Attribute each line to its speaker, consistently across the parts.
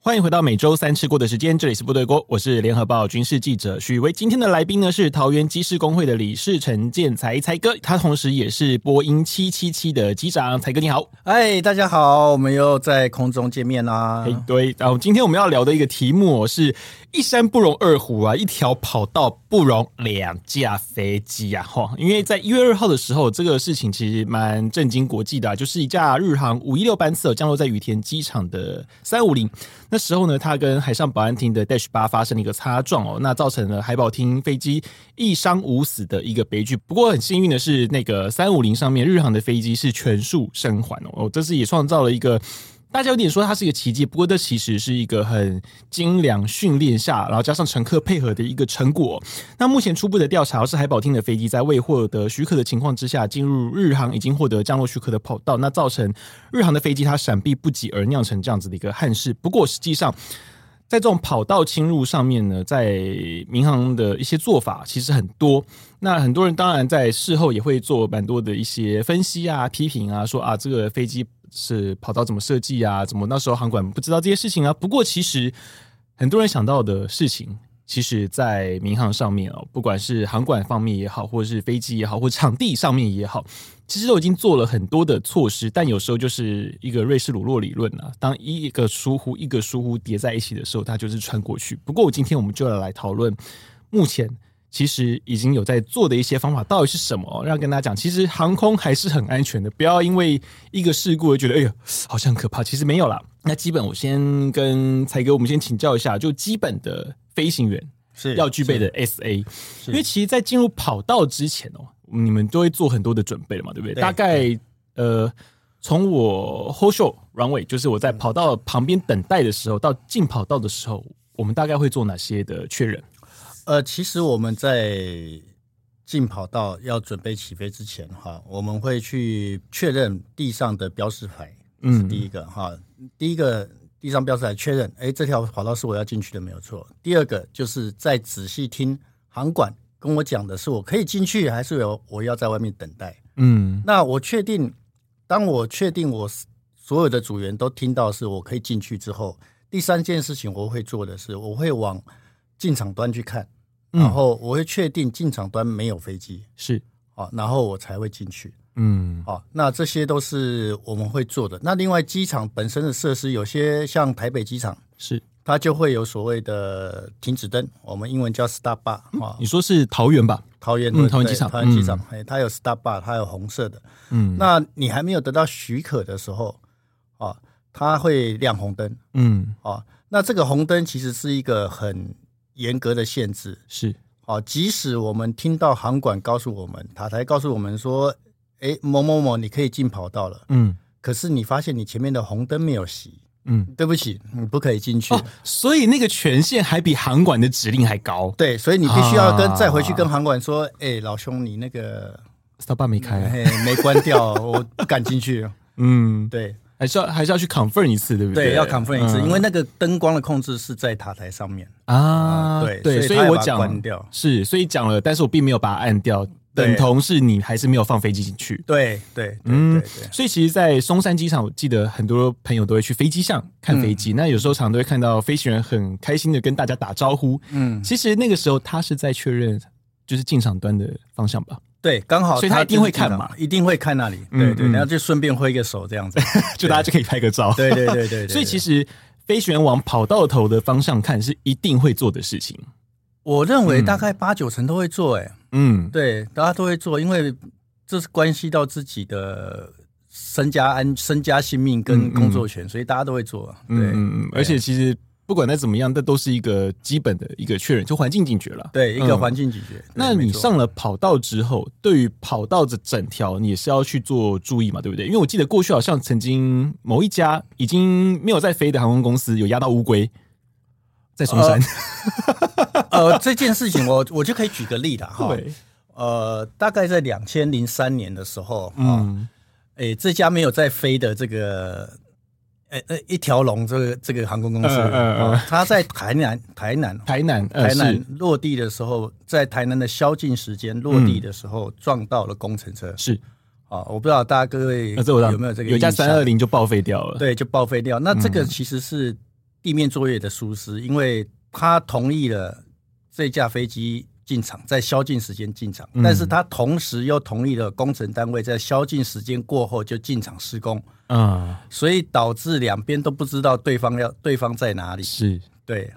Speaker 1: 欢迎回到每周三吃过的时间，这里是部队锅，我是联合报军事记者许巍。今天的来宾呢是桃园机师工会的理事陈建才才哥，他同时也是波音七七七的机长，才哥你好。
Speaker 2: 嗨，哎大家好，我们又在空中见面啦
Speaker 1: 哎、。对，然后今天我们要聊的一个题目、哦、是一山不容二虎啊，一条跑道不容两架飞机啊！哈，因为在一月二号的时候，这个事情其实蛮震惊国际的、啊，就是一架日航五一六班次、哦、降落在羽田机场的三五零，那时候呢，它跟海上保安厅的 Dash 八发生了一个擦撞哦，那造成了海保厅飞机一伤无死的一个悲剧。不过很幸运的是，那个三五零上面日航的飞机是全数生还哦哦，这是也创造了一个。大家有点说它是一个奇迹，不过这其实是一个很精良训练下，然后加上乘客配合的一个成果。那目前初步的调查是，海保厅的飞机在未获得许可的情况之下，进入日航已经获得降落许可的跑道，那造成日航的飞机它闪避不及而酿成这样子的一个憾事。不过实际上，在这种跑道侵入上面呢，在民航的一些做法其实很多。那很多人当然在事后也会做蛮多的一些分析啊、批评啊，说啊这个飞机是跑道怎么设计啊，怎么那时候航管不知道这些事情啊。不过其实很多人想到的事情。其实，在民航上面哦，不管是航管方面也好，或者是飞机也好，或者场地上面也好，其实都已经做了很多的措施，但有时候就是一个瑞士鲁洛理论啊，当一个疏忽一个疏忽叠在一起的时候，它就是穿过去。不过，我今天我们就要来讨论，目前其实已经有在做的一些方法到底是什么哦、让跟大家讲，其实航空还是很安全的，不要因为一个事故而觉得哎呀好像很可怕，其实没有啦。那基本我先跟才哥，我们先请教一下，就基本的飞行员
Speaker 2: 是
Speaker 1: 要具备的 SA，因为其实，在进入跑道之前哦，你们都会做很多的准备了嘛，对不对？
Speaker 2: 对
Speaker 1: 大概呃，从我 whole show run way，就是我在
Speaker 2: 嗯
Speaker 1: 跑道旁边等待的时候，到进跑道的时候，我们大概会做哪些的确认？
Speaker 2: 呃，其实我们在进跑道要准备起飞之前哈，我们会去确认地上的标识牌，
Speaker 1: 嗯
Speaker 2: 是第一个哈。第一个地上标识牌确认，哎，这条跑道是我要进去的，没有错。第二个就是再仔细听航管跟我讲的是我可以进去，还是有我要在外面等待。
Speaker 1: 嗯
Speaker 2: 那我确定，当我确定我 s- 所有的组员都听到是我可以进去之后，第三件事情我会做的是，我会往进场端去看，
Speaker 1: 嗯
Speaker 2: 然后我会确定进场端没有飞机，
Speaker 1: 是，
Speaker 2: 啊，然后我才会进去。
Speaker 1: 嗯
Speaker 2: 啊，那这些都是我们会做的。那另外，机场本身的设施，有些像台北机场，
Speaker 1: 是。
Speaker 2: 它就会有所谓的停止灯，我们英文叫 stop bar 啊
Speaker 1: 你，说是桃园吧？
Speaker 2: 桃园
Speaker 1: 嗯
Speaker 2: 的
Speaker 1: 桃园机场
Speaker 2: 桃园机
Speaker 1: 嗯
Speaker 2: 场，哎，它有 stop bar，它有红色的。
Speaker 1: 嗯
Speaker 2: 那你还没有得到许可的时候啊，它会亮红灯
Speaker 1: 嗯，
Speaker 2: 啊。那这个红灯其实是一个很严格的限制
Speaker 1: 是，
Speaker 2: 啊。即使我们听到航管告诉我们，塔台告诉我们说，哎，某某某你可以进跑道了，
Speaker 1: 嗯
Speaker 2: 可是你发现你前面的红灯没有熄，
Speaker 1: 嗯。
Speaker 2: 对不起，你不可以进去。
Speaker 1: 哦，所以那个权限还比航管的指令还高。
Speaker 2: 对，所以你必须要跟、
Speaker 1: 啊
Speaker 2: 再回去跟航管说，哎，老兄，你那个
Speaker 1: Stop bar 没开啊，
Speaker 2: 嘿没 关掉，我不敢进去。
Speaker 1: 嗯，
Speaker 2: 对，
Speaker 1: 还是要还是要去 confirm 一次，对不对？
Speaker 2: 对，要 confirm 一次，
Speaker 1: 嗯
Speaker 2: 因为那个灯光的控制是在塔台上面。
Speaker 1: 啊，
Speaker 2: 对
Speaker 1: 对，
Speaker 2: 所
Speaker 1: 所
Speaker 2: 以
Speaker 1: 以
Speaker 2: 他也
Speaker 1: 我
Speaker 2: 把它
Speaker 1: 讲
Speaker 2: 关掉
Speaker 1: 是，所以讲了，但是我并没有把它按掉，
Speaker 2: 对
Speaker 1: 等同是你还是没有放飞机进去。
Speaker 2: 对对对
Speaker 1: 嗯
Speaker 2: 对对，
Speaker 1: 所以其实，在松山机场，我记得很多朋友都会去飞机上看飞
Speaker 2: 嗯
Speaker 1: 机。那有时候常都会看到飞行员很开心的跟大家打招呼。
Speaker 2: 嗯，
Speaker 1: 其实那个时候他是在确认就是进场端的方向吧，
Speaker 2: 对，刚好，
Speaker 1: 所以他一定会看嘛，
Speaker 2: 一定会看那里。
Speaker 1: 嗯
Speaker 2: 对对，
Speaker 1: 嗯
Speaker 2: 然后就顺便挥个手这样子。
Speaker 1: 就大家就可以拍个照。
Speaker 2: 对对 对对对，
Speaker 1: 所以其
Speaker 2: 实
Speaker 1: 实飞行员往跑道头的方向看是一定会做的事情。
Speaker 2: 我认为嗯大概八九成都会做，哎，
Speaker 1: 嗯，
Speaker 2: 对，大家都会做，因为这是关系到自己的身家安、身家性命
Speaker 1: 嗯嗯
Speaker 2: 跟工作权，所以大家都会做。对哎
Speaker 1: 嗯嗯嗯，而且其实不管再怎么样，那都是一个基本的一个确认，就环境警觉了。
Speaker 2: 对，一个
Speaker 1: 嗯
Speaker 2: 环境解决。
Speaker 1: 那
Speaker 2: 对
Speaker 1: 你
Speaker 2: 没错
Speaker 1: 上了跑道之后，对于跑道的整条，你也是要去做注意嘛，对不对？因为我记得过去好像曾经某一家已经没有在飞的航空公司有压到乌龟，在松山。
Speaker 2: 呃这件事情我，我就可以举个例了 哈。
Speaker 1: 对，
Speaker 2: 呃，大概在两千零三年的时候，啊、
Speaker 1: 嗯
Speaker 2: 诶，这家没有在飞的这个，诶，呃呃一条龙这个这个航空公司，
Speaker 1: 嗯嗯嗯
Speaker 2: 哦它在台南台南
Speaker 1: 台南，呃
Speaker 2: 台南
Speaker 1: 是
Speaker 2: 落地的时候，在台南的宵禁时间落地的时
Speaker 1: 嗯
Speaker 2: 候撞到了工程车
Speaker 1: 是，
Speaker 2: 啊，我不知道大家各位
Speaker 1: 那啊这我知道
Speaker 2: 有没有这个
Speaker 1: 有架
Speaker 2: 印象
Speaker 1: 三二零就报废掉了，，
Speaker 2: 对，就报废掉。那这个其实是地面作业的疏失，因为他同意了这架飞机进场，在宵禁时间进场，但是他同时又同意了工程单位在宵禁时间过后就进场施工，
Speaker 1: 嗯，
Speaker 2: 所以导致两边都不知道对方要对方在哪里。
Speaker 1: 是，
Speaker 2: 对，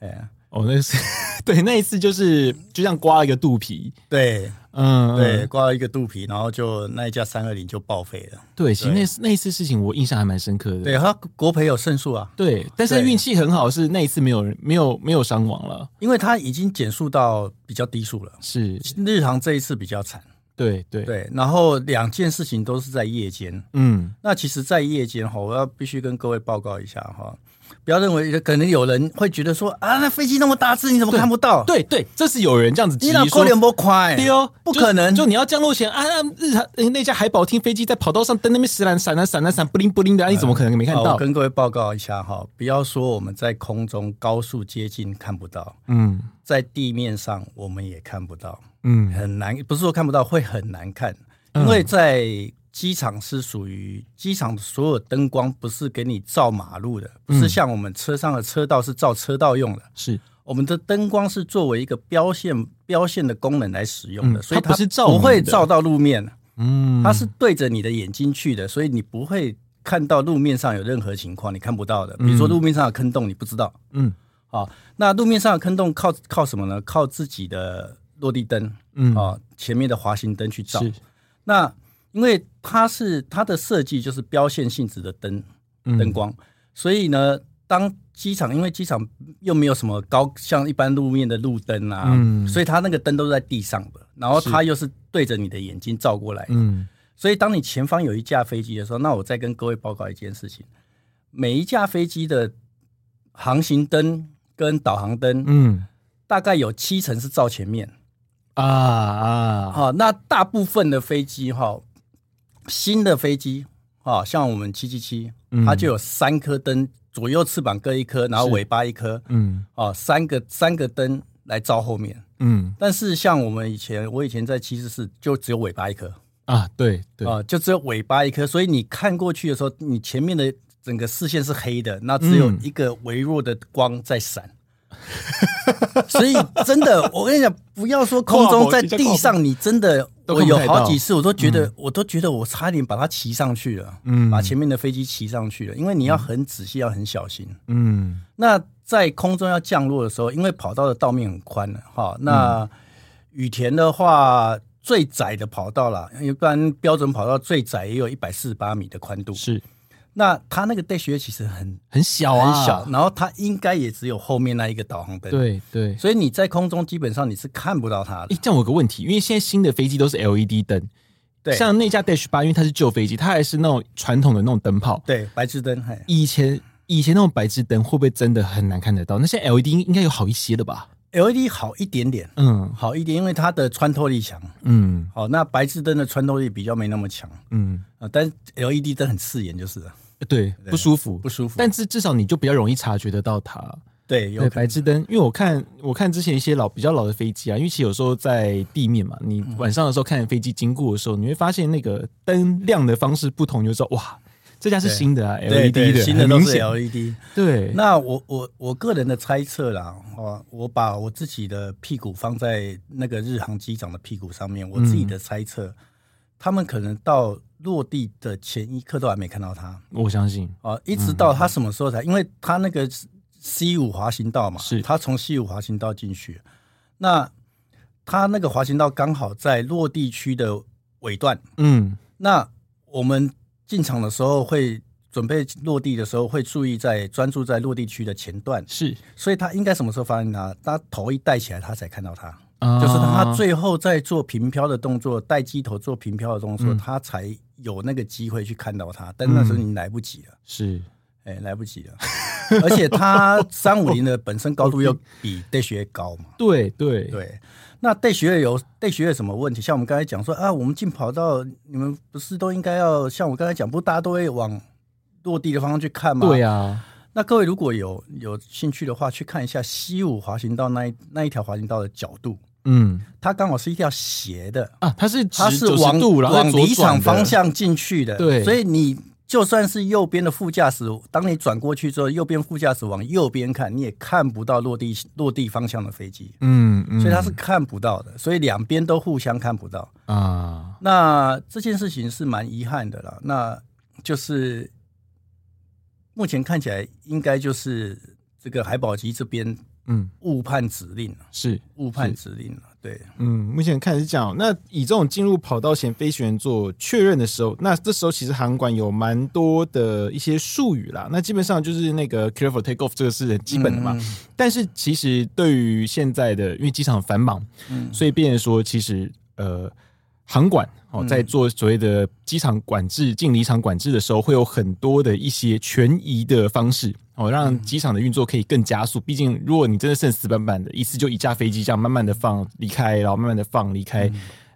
Speaker 2: 哎，
Speaker 1: 哦，那是 对那一次就是就像刮了一个肚皮，
Speaker 2: 对
Speaker 1: 嗯，
Speaker 2: 对，
Speaker 1: 嗯
Speaker 2: 刮了一个肚皮，然后就那一架三二零就报废了。
Speaker 1: 对，其实
Speaker 2: 对
Speaker 1: 那次那一次事情我印象还蛮深刻的，
Speaker 2: 对，他国培有胜诉啊，
Speaker 1: 对，但是
Speaker 2: 对
Speaker 1: 运气很好，是那一次没有人没有没有伤亡了，
Speaker 2: 因为他已经减速到比较低速了。
Speaker 1: 是，
Speaker 2: 日航这一次比较惨。
Speaker 1: 对对，
Speaker 2: 对，然后两件事情都是在夜间。
Speaker 1: 嗯，
Speaker 2: 那其实，在夜间哈，我要必须跟各位报告一下哈，不要认为可能有人会觉得说啊，那飞机那么大只，你怎么看不到？，
Speaker 1: 对对，这是有人这样子质
Speaker 2: 你哪
Speaker 1: 疑
Speaker 2: 扣
Speaker 1: 说。
Speaker 2: 联播快？
Speaker 1: 对哦，
Speaker 2: 不可能。
Speaker 1: 就！就你要降落前啊，啊日航呃那架海保厅飞机在跑道上灯那边闪啊闪啊闪啊闪，不灵不灵的，啊你怎么可能没看
Speaker 2: 好
Speaker 1: 到
Speaker 2: 嗯哦我？跟各位报告一下哈，不要说我们在空中高速接近看不到，
Speaker 1: 嗯
Speaker 2: 在地面上我们也看不到，
Speaker 1: 嗯，
Speaker 2: 很难，不是说看不到，会很难看，因为在机场是属于机场所有灯光不是给你照马路的，
Speaker 1: 嗯
Speaker 2: 不是像我们车上的车道是照车道用的，
Speaker 1: 是，
Speaker 2: 我们的灯光是作为一个标线标线的功能来使用的，
Speaker 1: 嗯
Speaker 2: 所以
Speaker 1: 它不是照
Speaker 2: 不会
Speaker 1: 明的
Speaker 2: 照到路面，
Speaker 1: 嗯，
Speaker 2: 它是对着你的眼睛去的，所以你不会看到路面上有任何情况，你看不到的，比如说路面上的坑洞，你不知道。
Speaker 1: 嗯
Speaker 2: 啊，那路面上的坑洞靠靠什么呢？靠自己的落地灯，
Speaker 1: 嗯
Speaker 2: 啊，前面的滑行灯去照。
Speaker 1: 是，
Speaker 2: 那因为它是它的设计就是标线性质的灯
Speaker 1: 嗯
Speaker 2: 灯光，所以呢，当机场因为机场又没有什么高像一般路面的路灯啊，
Speaker 1: 嗯
Speaker 2: 所以它那个灯都是在地上的，然后
Speaker 1: 是
Speaker 2: 它又是对着你的眼睛照过来，
Speaker 1: 嗯
Speaker 2: 所以当你前方有一架飞机的时候，那我再跟各位报告一件事情：每一架飞机的航行灯跟导航灯，
Speaker 1: 嗯
Speaker 2: 大概有七成是照前面。
Speaker 1: 啊啊，
Speaker 2: 好、那大部分的飞机哈、新的飞机啊、像我们七七七，它就有三颗灯，左右翅膀各一颗，然后尾巴一颗，
Speaker 1: 嗯
Speaker 2: 哦，三个三个灯来照后面。
Speaker 1: 嗯
Speaker 2: 但是像我们以前，我以前在七四四就只有尾巴一颗，
Speaker 1: 啊，对对，
Speaker 2: 啊、就只有尾巴一颗，所以你看过去的时候，你前面的整个视线是黑的，那只有
Speaker 1: 嗯
Speaker 2: 一个微弱的光 在闪。所以真的，我跟你讲，不要说空中，在地上，你真的，
Speaker 1: 都
Speaker 2: 我
Speaker 1: 看不
Speaker 2: 有
Speaker 1: 太到
Speaker 2: 好几次，我都觉得，我都觉得我差点把它骑上去了，
Speaker 1: 嗯
Speaker 2: 把前面的飞机骑上去了，因为你要很仔细，要很小心。
Speaker 1: 嗯
Speaker 2: 那在空中要降落的时候，因为跑道的道面很宽了哈，
Speaker 1: 嗯
Speaker 2: 那羽田的话最窄的跑道啦，一般标准跑道最窄也有一百四十八米的宽度。
Speaker 1: 是
Speaker 2: 那它那个 dash 其实很
Speaker 1: 很小
Speaker 2: 很
Speaker 1: 啊，
Speaker 2: 小，，然后它应该也只有后面那一个导航灯，，
Speaker 1: 对对。
Speaker 2: 所以你在空中基本上你是看不到它的
Speaker 1: 诶，。这样我有个问题，因为现在新的飞机都是 LED 灯，
Speaker 2: 对，
Speaker 1: 像那架 Dash 八，因为它是旧飞机，它还是那种传统的那种灯泡。
Speaker 2: 对白炽灯，嘿
Speaker 1: 以前以前那种白炽灯会不会真的很难看得到？那现在 LED 应该有好一些的吧？
Speaker 2: ，LED E 好一点点，
Speaker 1: 嗯
Speaker 2: 好一点，因为它的穿透力强。
Speaker 1: 嗯
Speaker 2: 好，那白炽灯的穿透力比较没那么强
Speaker 1: 嗯，
Speaker 2: 啊，但是 LED 灯很刺眼，就是了
Speaker 1: 对，不舒服，
Speaker 2: 不舒服。
Speaker 1: 但是至少你就比较容易察觉得到它。
Speaker 2: 对，有
Speaker 1: 对，
Speaker 2: 可
Speaker 1: 白
Speaker 2: 能
Speaker 1: 炽灯，因为我看我看之前一些老比较老的飞机啊，因为其实有时候在地面嘛，你
Speaker 2: 嗯
Speaker 1: 晚上的时候看飞机经过的时候，你会发现那个灯亮的方式不同，你就知道哇，这架是
Speaker 2: 对
Speaker 1: 新的啊
Speaker 2: 对
Speaker 1: ，LED
Speaker 2: 对，
Speaker 1: 的，
Speaker 2: 新
Speaker 1: 很
Speaker 2: 的都
Speaker 1: 明
Speaker 2: 是
Speaker 1: 显。
Speaker 2: LED。
Speaker 1: 对，
Speaker 2: 那我我我个人的猜测啦，哦，我把我自己的屁股放在那个日航机长的屁股上面，我自己
Speaker 1: 嗯
Speaker 2: 的猜测，他们可能到落地的前一刻都还没看到他
Speaker 1: 我相信
Speaker 2: 哦，一
Speaker 1: 嗯
Speaker 2: 直到他什么时候才，因为他那个 C 五滑行道嘛，
Speaker 1: 是
Speaker 2: 他从 C 五滑行道进去，那他那个滑行道刚好在落地区的尾段，
Speaker 1: 嗯，
Speaker 2: 那我们进场的时候会准备落地的时候会注意在专注在落地区的前段，
Speaker 1: 是，
Speaker 2: 所以他应该什么时候发现他？他头一带起来，他才看到他，
Speaker 1: 啊
Speaker 2: 就是他最后在做平飘的动作，带机头做平飘的动作，他才有那个机会去看到他。但那时候你来不及了，
Speaker 1: 是
Speaker 2: 哎、来不及了。而且他三五零的本身高度又比 Dash 越高嘛，
Speaker 1: 对对
Speaker 2: 对，那带学业有带学业有什么问题？像我们刚才讲说啊，我们进跑道，你们不是都应该要像我刚才讲，不大家都会往落地的方向去看嘛。
Speaker 1: 对啊，
Speaker 2: 那各位如果有有兴趣的话，去看一下西武滑行道那一那一条滑行道的角度，
Speaker 1: 嗯
Speaker 2: 它刚好是一条斜的，
Speaker 1: 啊，它是直
Speaker 2: 它是
Speaker 1: 90
Speaker 2: 往
Speaker 1: 度，然后
Speaker 2: 往
Speaker 1: 左
Speaker 2: 离
Speaker 1: 转
Speaker 2: 场
Speaker 1: 的
Speaker 2: 方，向进去的。
Speaker 1: 对
Speaker 2: 所以你就算是右边的副驾驶，当你转过去之后，右边副驾驶往右边看，你也看不到落地落地方向的飞机，
Speaker 1: 嗯嗯，
Speaker 2: 所以它是看不到的，所以两边都互相看不到。
Speaker 1: 啊，
Speaker 2: 那这件事情是蛮遗憾的啦。那就是目前看起来，应该就是这个海保局这边
Speaker 1: 嗯
Speaker 2: 误判指令了，
Speaker 1: 是。
Speaker 2: 误判指令了。对，
Speaker 1: 嗯，目前看是这样。那以这种进入跑道前飞行员做确认的时候，那这时候其实航管有蛮多的一些术语啦。那基本上就是那个 clear for take off 这个是很基本的嘛。
Speaker 2: 嗯
Speaker 1: 但是其实对于现在的，因为机场很繁忙，
Speaker 2: 嗯
Speaker 1: 所以变成说其实呃。航管哦，
Speaker 2: 嗯
Speaker 1: 在做所谓的机场管制、进离场管制的时候，会有很多的一些权宜的方式哦，让机场的运作可以更加速。毕竟，如果你真的剩死板板的，一次就一架飞机这样慢慢的放离开，然后慢慢的放离开，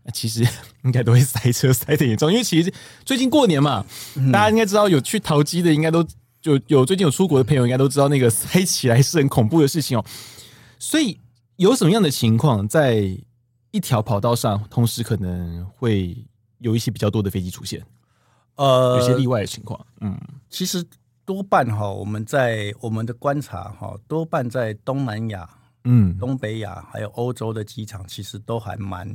Speaker 1: 呃其实应该都会塞车塞的严重。因为其实最近过年嘛，大家应该知道有去淘机的，应该都就有最近有出国的朋友，应该都知道那个塞起来是很恐怖的事情哦。所以有什么样的情况在一条跑道上，同时可能会有一些比较多的飞机出现，有些
Speaker 2: 呃
Speaker 1: 例，外的情况？嗯
Speaker 2: 其实多半哈，我们在我们的观察哈，多半在东南亚、
Speaker 1: 嗯
Speaker 2: 东北亚还有欧洲的机场，其实都还蛮，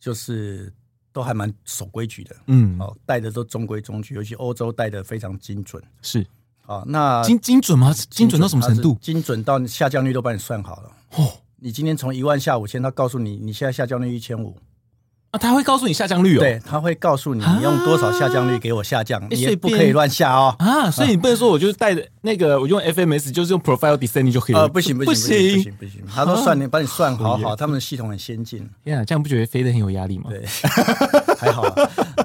Speaker 2: 就是都还蛮守规矩的。
Speaker 1: 嗯，
Speaker 2: 哦，带的都中规中矩，尤其欧洲带的非常精准。
Speaker 1: 是
Speaker 2: 啊，那
Speaker 1: 精精准吗？精准到什么程度
Speaker 2: 它是？精准到下降率都帮你算好了。
Speaker 1: 哦，
Speaker 2: 你今天从一万下五千，他告诉你你现在下降率一千五，
Speaker 1: 啊，他会告诉你下降率哦。
Speaker 2: 对，他会告诉你
Speaker 1: 啊哎
Speaker 2: 你用多少下降率给我下降，你
Speaker 1: 所以
Speaker 2: 也不
Speaker 1: 变
Speaker 2: 可以乱下哦。
Speaker 1: 啊，所以你不能说我就是带着那个，我用 FMS 就是用 Profile Descending 就可以了。
Speaker 2: 呃，不行不行
Speaker 1: 行啊哦
Speaker 2: 不行不行，不行，他都算你帮你算好
Speaker 1: 好
Speaker 2: 好，他们的系统很先进，
Speaker 1: 天啊，这样不觉得飞得很有压力吗？
Speaker 2: 对，还好啊。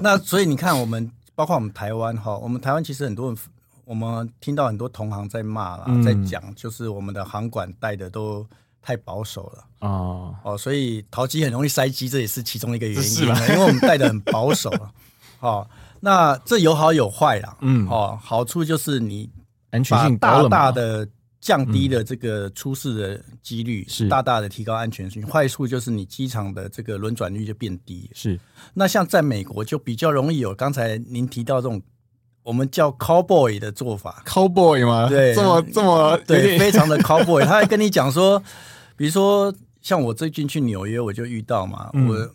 Speaker 2: 那所以你看，我们包括我们台湾哈，我们台湾其实很多人，我们听到很多同行在骂啦，
Speaker 1: 嗯
Speaker 2: 在讲就是我们的航管带的都太保守了。
Speaker 1: 哦，
Speaker 2: 哦，所以淘机很容易塞机，这也是其中一个原
Speaker 1: 这是
Speaker 2: 因
Speaker 1: 吧
Speaker 2: 啊，因为我们带的很保守 啊。哦，那这有好有坏啦。
Speaker 1: 嗯
Speaker 2: 哦，好处就是你
Speaker 1: 安全
Speaker 2: 把
Speaker 1: 性高
Speaker 2: 大
Speaker 1: 了嘛
Speaker 2: 大的降低了这个出事的几率，
Speaker 1: 是
Speaker 2: 大大的提高安全性。坏处就是你机场的这个轮转率就变低了。
Speaker 1: 是
Speaker 2: 那像在美国就比较容易有刚才您提到这种我们叫 cowboy 的 做法，
Speaker 1: cowboy 吗？
Speaker 2: 对
Speaker 1: 这么这么有
Speaker 2: 对，
Speaker 1: 点
Speaker 2: 非常的 cowboy。他还跟你讲说， 比如说像我最近去纽约，我就遇到嘛，
Speaker 1: 嗯
Speaker 2: 我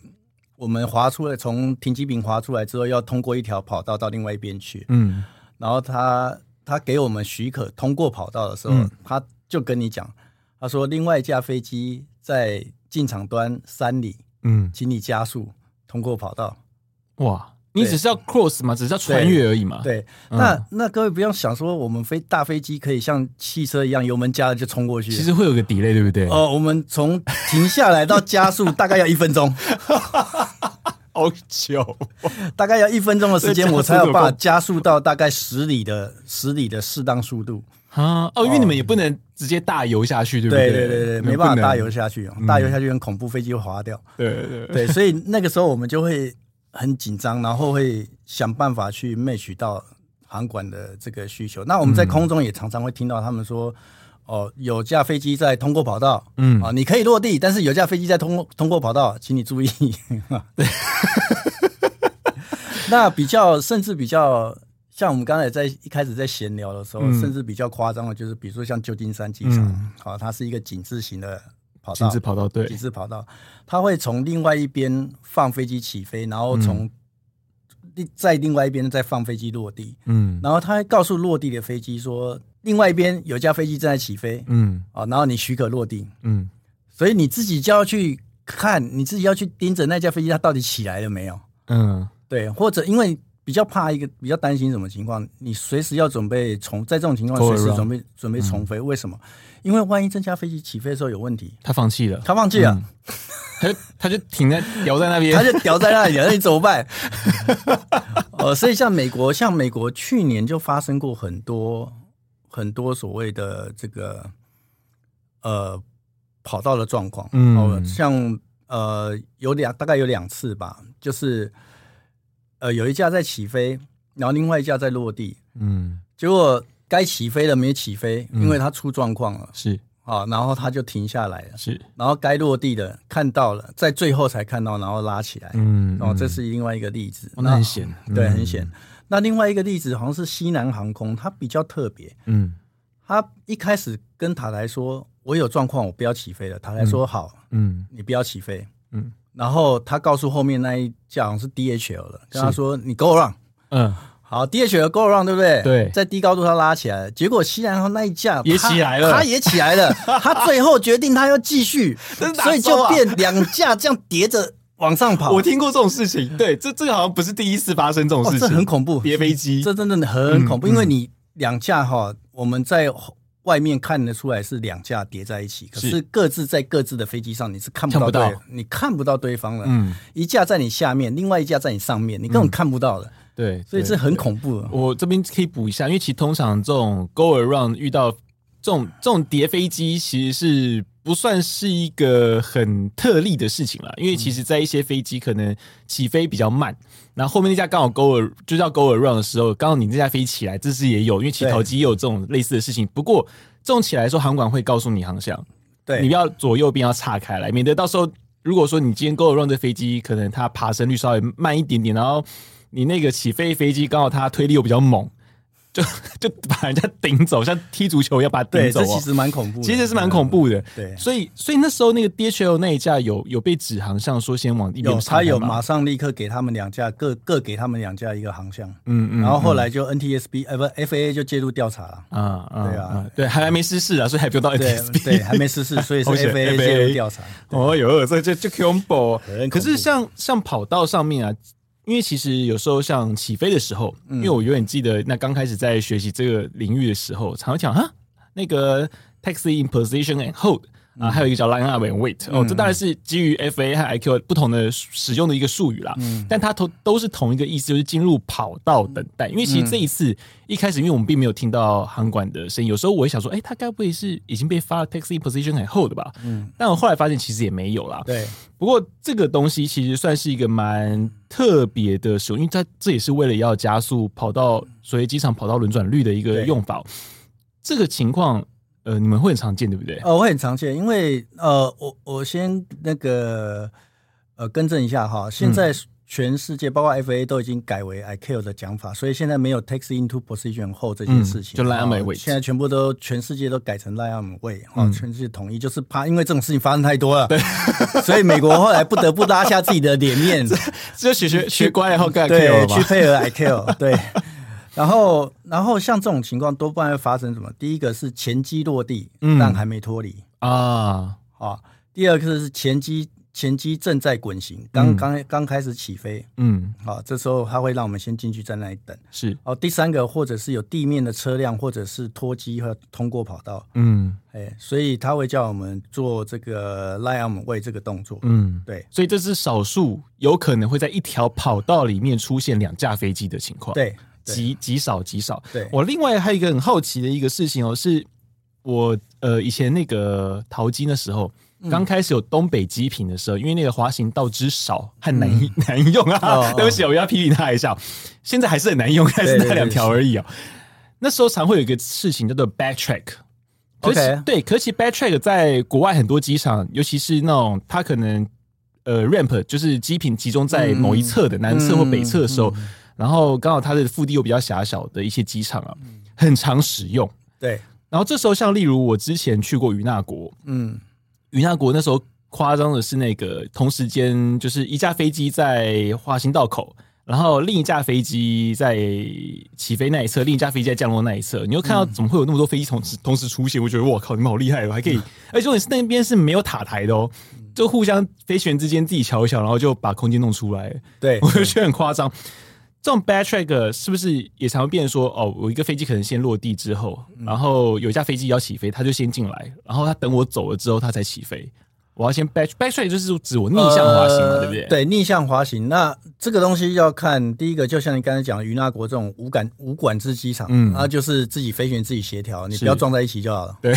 Speaker 2: 我们滑出来，从停机坪滑出来之后，要通过一条跑道到另外一边去，
Speaker 1: 嗯
Speaker 2: 然后他他给我们许可通过跑道的时候，
Speaker 1: 嗯
Speaker 2: 他就跟你讲，他说另外一架飞机在进场端三里，
Speaker 1: 嗯，
Speaker 2: 请你加速通过跑道。
Speaker 1: 哇，你
Speaker 2: 对
Speaker 1: 只是要 cross 嘛，只是要穿越而已嘛。，
Speaker 2: 对，
Speaker 1: 嗯
Speaker 2: 那那各位不要想说我们飞大飞机可以像汽车一样油门加了就冲过去，
Speaker 1: 其实会有个 delay，对不对？
Speaker 2: 哦，我们从停下来到加速大概要一分钟，
Speaker 1: 好久，
Speaker 2: 大概要一分钟的时
Speaker 1: 这加
Speaker 2: 间，
Speaker 1: 速
Speaker 2: 我才有
Speaker 1: 有
Speaker 2: 办法
Speaker 1: 够
Speaker 2: 加速到大概十里的十里的适当速度。
Speaker 1: 啊，哦，因为你们也不能直接大游下去，对不
Speaker 2: 对
Speaker 1: 对
Speaker 2: 对对对，没办法大游，下去哦，
Speaker 1: 嗯
Speaker 2: 大游下去很恐怖，飞机会滑掉。
Speaker 1: 你们不能 对对对，
Speaker 2: 对，所以那个时候我们就会很紧张，然后会想办法去 match 到航管的这个需求。那我们在空中也常常会听到他们说。哦，有架飞机在通过跑道，
Speaker 1: 嗯
Speaker 2: 啊、你可以落地，但是有架飞机在通过通过跑道，请你 注意。那比较，甚至比较，像我们刚才在一开始在闲聊的时候，
Speaker 1: 嗯
Speaker 2: 甚至比较夸张的，就是比如说像旧金山机场，
Speaker 1: 嗯
Speaker 2: 啊、它是一个紧致型的跑道
Speaker 1: 亲，自跑到对
Speaker 2: 几，次跑道，他会从另外一边放飞机起飞，然后
Speaker 1: 嗯
Speaker 2: 从另在另外一边再放飞机落地，
Speaker 1: 嗯
Speaker 2: 然后他还告诉落地的飞机说，另外一边有架飞机正在起飞
Speaker 1: 嗯
Speaker 2: 啊、然后你许可落地，
Speaker 1: 嗯，
Speaker 2: 所以你自己就要去看，你自己要去盯着那架飞机它到底起来了没有？
Speaker 1: 嗯
Speaker 2: 对，或者因为比较怕一个比较担心什么情况，你随时要准备重，在这种情况
Speaker 1: Go
Speaker 2: 随时
Speaker 1: around 嗯
Speaker 2: 准备准备重飞，为什么？因为万一这架飞机起飞的时候有问题，
Speaker 1: 他放弃了，
Speaker 2: 他忘记了。
Speaker 1: 嗯他就他就停在摇在那边，
Speaker 2: 他就屌在那里，那你怎么办？呃，所以像美国，像美国去年就发生过很多很多所谓的这个呃跑道的状况，
Speaker 1: 嗯
Speaker 2: 哦、像呃有两大概有两次吧，就是呃有一架在起飞，然后另外一架在落地，
Speaker 1: 嗯，
Speaker 2: 结果该起飞的没起飞，因为它出状况了
Speaker 1: 是
Speaker 2: 啊，然后它就停下来了。
Speaker 1: 是，
Speaker 2: 然后该落地的看到了，在最后才看到，然后拉起来。
Speaker 1: 嗯
Speaker 2: 哦，这是另外一个例子。
Speaker 1: 哦那很险，
Speaker 2: 对，
Speaker 1: 嗯
Speaker 2: 很险。那另外一个例子好像是西南航空，它比较特别，
Speaker 1: 嗯
Speaker 2: 它一开始跟塔台说：“我有状况，我不要起飞了。”塔台说：“好，
Speaker 1: 嗯
Speaker 2: 你不要起飞。”
Speaker 1: 嗯
Speaker 2: 然后他告诉后面那一架好像是 DHL 了，跟他说：“你 go around。
Speaker 1: 嗯，”
Speaker 2: 好，DHL go around，对不对？
Speaker 1: 对
Speaker 2: 在低高度它拉起来了，结果西南航空那一架
Speaker 1: 也
Speaker 2: 它
Speaker 1: 起来了
Speaker 2: 它也起 来了，它最后决定它要继续，
Speaker 1: 这是哪
Speaker 2: 所以
Speaker 1: 招
Speaker 2: 就
Speaker 1: 啊
Speaker 2: 变两架这样叠着往上跑。
Speaker 1: 我听过这种事情，对，这这个好像不是第一次发生这种
Speaker 2: 哦，
Speaker 1: 事
Speaker 2: 这
Speaker 1: 情，
Speaker 2: 很恐怖，
Speaker 1: 别飞机，
Speaker 2: 这真的很恐怖，
Speaker 1: 嗯
Speaker 2: 因为你两架哈，我们在外面看得出来是两架叠在一起，可
Speaker 1: 是
Speaker 2: 是各自在各自的飞机上，你是看不到
Speaker 1: 看不
Speaker 2: 对
Speaker 1: 到，
Speaker 2: 你看不到对方了。
Speaker 1: 嗯，
Speaker 2: 一架在你下面，另外一架在你上面，你根本看不到的，
Speaker 1: 对，
Speaker 2: 所以
Speaker 1: 对
Speaker 2: 这很
Speaker 1: 对
Speaker 2: 恐怖的。
Speaker 1: 我这边可以补一下，因为其实通常这种 go around 遇到这种这种叠飞机，其实是不算是一个很特例的事情啦。因为其实，在一些飞机可能起飞比较慢，然后后面那架刚好 go ar- 就叫 go around 的时候，刚好你那架飞起来，这是也有，因为起头机也有这种类似的事情。不过这种起来的时候，航管会告诉你航向，你
Speaker 2: 对
Speaker 1: 不，要左右边要岔开来，免得到时候如果说你今天 Go Around 的飞机，可能它爬升率稍微慢一点点，然后你那个起飞飞机刚好它推力又比较猛，就 就把人家顶走，像踢足球要把它
Speaker 2: 对，
Speaker 1: 顶走
Speaker 2: 这
Speaker 1: 哦。
Speaker 2: 其实蛮恐怖的，
Speaker 1: 其实是蛮恐怖的，
Speaker 2: 对
Speaker 1: 所以所以那时候那个 DHL 那一架有有被指航向说先往一边
Speaker 2: 有，
Speaker 1: 岔开
Speaker 2: 他有
Speaker 1: 吗
Speaker 2: 马上立刻给他们两架，各各给他们两架一个航向，
Speaker 1: 嗯嗯，
Speaker 2: 然后后来就 NTSB 呃不 FAA 就介入调查了。
Speaker 1: 啊啊
Speaker 2: 对啊，
Speaker 1: 对，还还没失事啊，所以还不用到
Speaker 2: 对
Speaker 1: FSB，
Speaker 2: 对，还没失事，所以是
Speaker 1: 好险
Speaker 2: FAA 介
Speaker 1: FAA
Speaker 2: 入调查。
Speaker 1: 哦哟，这这这 combo
Speaker 2: 很恐怖
Speaker 1: 可是像像跑道上面啊，因为其实有时候像起飞的时候，
Speaker 2: 嗯
Speaker 1: 因为我永远记得那刚开始在学习这个领域的时候，常常讲哈那个 taxi in position and hold。啊，
Speaker 2: 嗯
Speaker 1: 还有一个叫 line up and wait，哦，这当然是基于 FA 和 IQ 不同的使用的一个术语啦，
Speaker 2: 嗯
Speaker 1: 但它都都是同一个意思，就是进入跑道等待。因为
Speaker 2: 嗯
Speaker 1: 其实这一次、一开始，因为我们并没有听到航管的声音，有时候我会想说，哎、它该不会是已经被发了 taxi in position and hold 吧？嗯，但我后来发现其实也没有啦，
Speaker 2: 对，
Speaker 1: 不过这个东西其实算是一个蛮特别的使用，因为它这也是为了要加速跑道，所以机场跑道轮转率的一个
Speaker 2: 对
Speaker 1: 用法。这个情况，呃，你们会很常见，对不对？
Speaker 2: 呃，我很常见，因为呃，我我先那个呃更正一下哈，现
Speaker 1: 嗯
Speaker 2: 在全世界包括 FA 都已经改为 I c a l 的讲法，所以现在没有 takes into position 后这件事情，
Speaker 1: 嗯就 line
Speaker 2: 哈
Speaker 1: up and wait
Speaker 2: 现在全部都全世界都改成 line on way 哈、
Speaker 1: 嗯
Speaker 2: 全世界统一，就是怕因为这种事情发生太多了，所以美国后来不得不拉下自己的脸面，
Speaker 1: 这学学学乖以后干 Q
Speaker 2: 对，
Speaker 1: 了
Speaker 2: 去
Speaker 1: 吧？
Speaker 2: 配合 I c a l 对。然后，然后像这种情况多半会发生什么？第一个是前机落地，
Speaker 1: 嗯
Speaker 2: 但还没脱离，
Speaker 1: 啊，
Speaker 2: 啊，第二个是前机前机正在滚行，刚刚刚开始起飞，
Speaker 1: 嗯，
Speaker 2: 啊，这时候它会让我们先进去在那里等。
Speaker 1: 是，
Speaker 2: 哦，第三个或者是有地面的车辆，或者是脱机和通过跑道，
Speaker 1: 嗯
Speaker 2: 哎，所以他会叫我们做这个 line arm 位这个动作。
Speaker 1: 嗯，
Speaker 2: 对
Speaker 1: 所以这是少数有可能会在一条跑道里面出现两架飞机的情况。
Speaker 2: 对对
Speaker 1: 极极少极少。
Speaker 2: 对
Speaker 1: 我另外还有一个很好奇的一个事情哦，是我呃以前那个淘金的时候，
Speaker 2: 嗯
Speaker 1: 刚开始有东北极品的时候，因为那个滑行道之少和难、 难用啊，
Speaker 2: 嗯哦哦
Speaker 1: 对不起，我要批评他一下，现在还是很难用，但是
Speaker 2: 对
Speaker 1: 那两条而已哦。那时候常会有一个事情叫做 backtrack。可是
Speaker 2: OK
Speaker 1: 对，可是 backtrack 在国外很多机场，尤其是那种它可能呃 ramp 就是机坪集中在
Speaker 2: 嗯
Speaker 1: 某一侧的南侧或北侧的时候，然后刚好它的腹地又比较狭小的一些机场啊，很常使用。
Speaker 2: 对，
Speaker 1: 然后这时候像例如我之前去过与那国，
Speaker 2: 嗯，
Speaker 1: 与那国那时候夸张的是那个同时间就是一架飞机在华兴道口。然后另一架飞机在起飞那一侧，另一架飞机在降落那一侧，你又看到怎么会有那么多飞机同时同时出现？我觉得我靠，你们好厉害哦，还可以！而且重点是那边是没有塔台的哦，就互相飞行员之间自己瞧一瞧，然后就把空间弄出来。
Speaker 2: 对
Speaker 1: 我，就觉得很夸张。这种 backtrack 是不是也常会变成说，哦，我一个飞机可能先落地之后，
Speaker 2: 嗯
Speaker 1: 然后有一架飞机要起飞，它就先进来，然后它等我走了之后，它才起飞。我要先 back backtrack 就是指我逆向滑行嘛，
Speaker 2: 呃
Speaker 1: 对不对？，
Speaker 2: 对，逆向滑行。那这个东西要看第一个，就像你刚才讲，于那国这种无感无管制机场，
Speaker 1: 嗯
Speaker 2: 嗯，啊，就是自己飞行员自己协调，你
Speaker 1: 是
Speaker 2: 不要撞在一起就好了。对，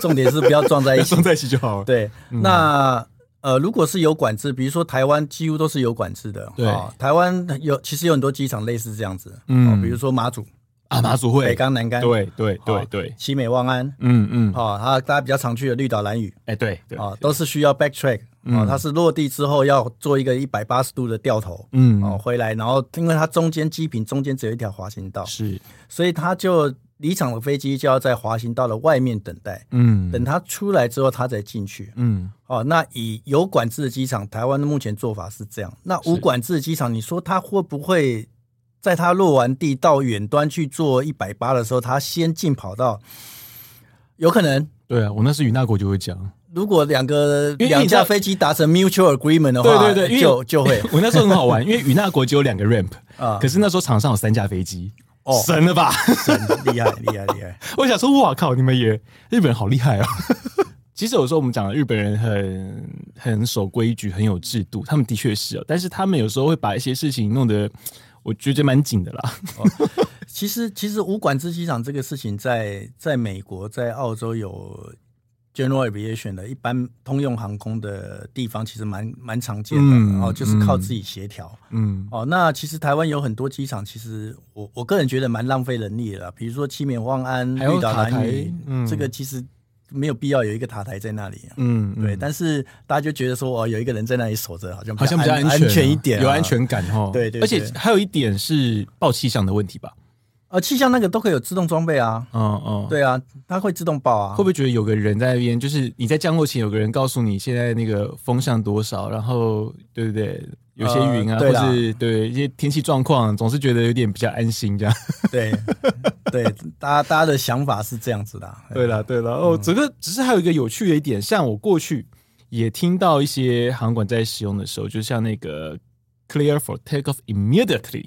Speaker 2: 重点是不要撞在一起
Speaker 1: 嗯撞。在一起就好了。
Speaker 2: 对，那呃，如果是有管制，比如说台湾几乎都是有管制的，
Speaker 1: 对
Speaker 2: 啊台湾有其实有很多机场类似这样子，
Speaker 1: 嗯
Speaker 2: 嗯、比如说马祖、
Speaker 1: 啊，马祖
Speaker 2: 北
Speaker 1: 会，
Speaker 2: 港、南竿，
Speaker 1: 对对对
Speaker 2: 啊
Speaker 1: 对，
Speaker 2: 奇美、望安，
Speaker 1: 嗯嗯，
Speaker 2: 啊，还有大家比较常去的绿岛、蓝屿，
Speaker 1: 哎对对，嗯
Speaker 2: 啊，都是需要 backtrack，啊，它是落地之后要做一个一百八十度的掉头，
Speaker 1: 嗯
Speaker 2: 哦，回来，然后因为它中间机坪中间只有一条滑行道，
Speaker 1: 是，
Speaker 2: 所以它就离场的飞机就要在滑行道的外面等待，
Speaker 1: 嗯
Speaker 2: 等它出来之后，它再进去。
Speaker 1: 嗯
Speaker 2: 哦，那以有管制的机场，台湾的目前做法是这样。那无
Speaker 1: 是
Speaker 2: 管制的机场，你说它会不会在它落完地到远端去做一百八的时候，它先进跑道？有可能。
Speaker 1: 对啊，我那时与那国就会讲，
Speaker 2: 如果两个
Speaker 1: 因为
Speaker 2: 两
Speaker 1: 你知道
Speaker 2: 架飞机达成 mutual agreement 的话，
Speaker 1: 对对对因为
Speaker 2: 就就会
Speaker 1: 我那时候很好玩，因为与那国只有两个 ramp，
Speaker 2: 啊
Speaker 1: 可是那时候场上有三架飞机，
Speaker 2: 哦
Speaker 1: 神了吧？
Speaker 2: 厉害厉害厉害。
Speaker 1: 我想说，哇靠，你们也日本人好厉害啊！其实有时候我们讲的日本人很很守规矩，很有制度，他们的确是啊，但是他们有时候会把一些事情弄得，我觉得蛮紧的啦。
Speaker 2: 其实其实无管制机场这个事情在，在美国在澳洲有 general aviation 的一般通用航空的地方，其实蛮蛮常见的，
Speaker 1: 嗯
Speaker 2: 然后就是靠自己协调。
Speaker 1: 嗯，
Speaker 2: 哦，那其实台湾有很多机场，其实我我个人觉得蛮浪费人力的啦，比如说七免、望安、
Speaker 1: 还有
Speaker 2: 绿岛、
Speaker 1: 塔
Speaker 2: 南屿
Speaker 1: 台，嗯
Speaker 2: 这个其实没有必要有一个塔台在那里。啊
Speaker 1: 嗯，
Speaker 2: 对，但是大家就觉得说，哦，有一个人在那里守着，好像
Speaker 1: 好像比较
Speaker 2: 安
Speaker 1: 全、安
Speaker 2: 全一点啊、
Speaker 1: 有安全感哦。
Speaker 2: 对对对
Speaker 1: 而且还有一点是报气象的问题吧？
Speaker 2: 呃，气象那个都可以有自动装备啊，
Speaker 1: 嗯嗯，。
Speaker 2: 对啊，它会自动报啊。
Speaker 1: 会不会觉得有个人在那边，就是你在降落前有个人告诉你现在那个风向多少，然后对不对？有些
Speaker 2: 呃
Speaker 1: 云啊，
Speaker 2: 对啦
Speaker 1: 或是对一些天气状况，总是觉得有点比较安心这样。
Speaker 2: 对对，大家大家的想法是这样子的啊。
Speaker 1: 对啦，对啦，哦，整个只是还有一个有趣的一点，像我过去也听到一些航管在使用的时候，就像那个 clear for take off immediately，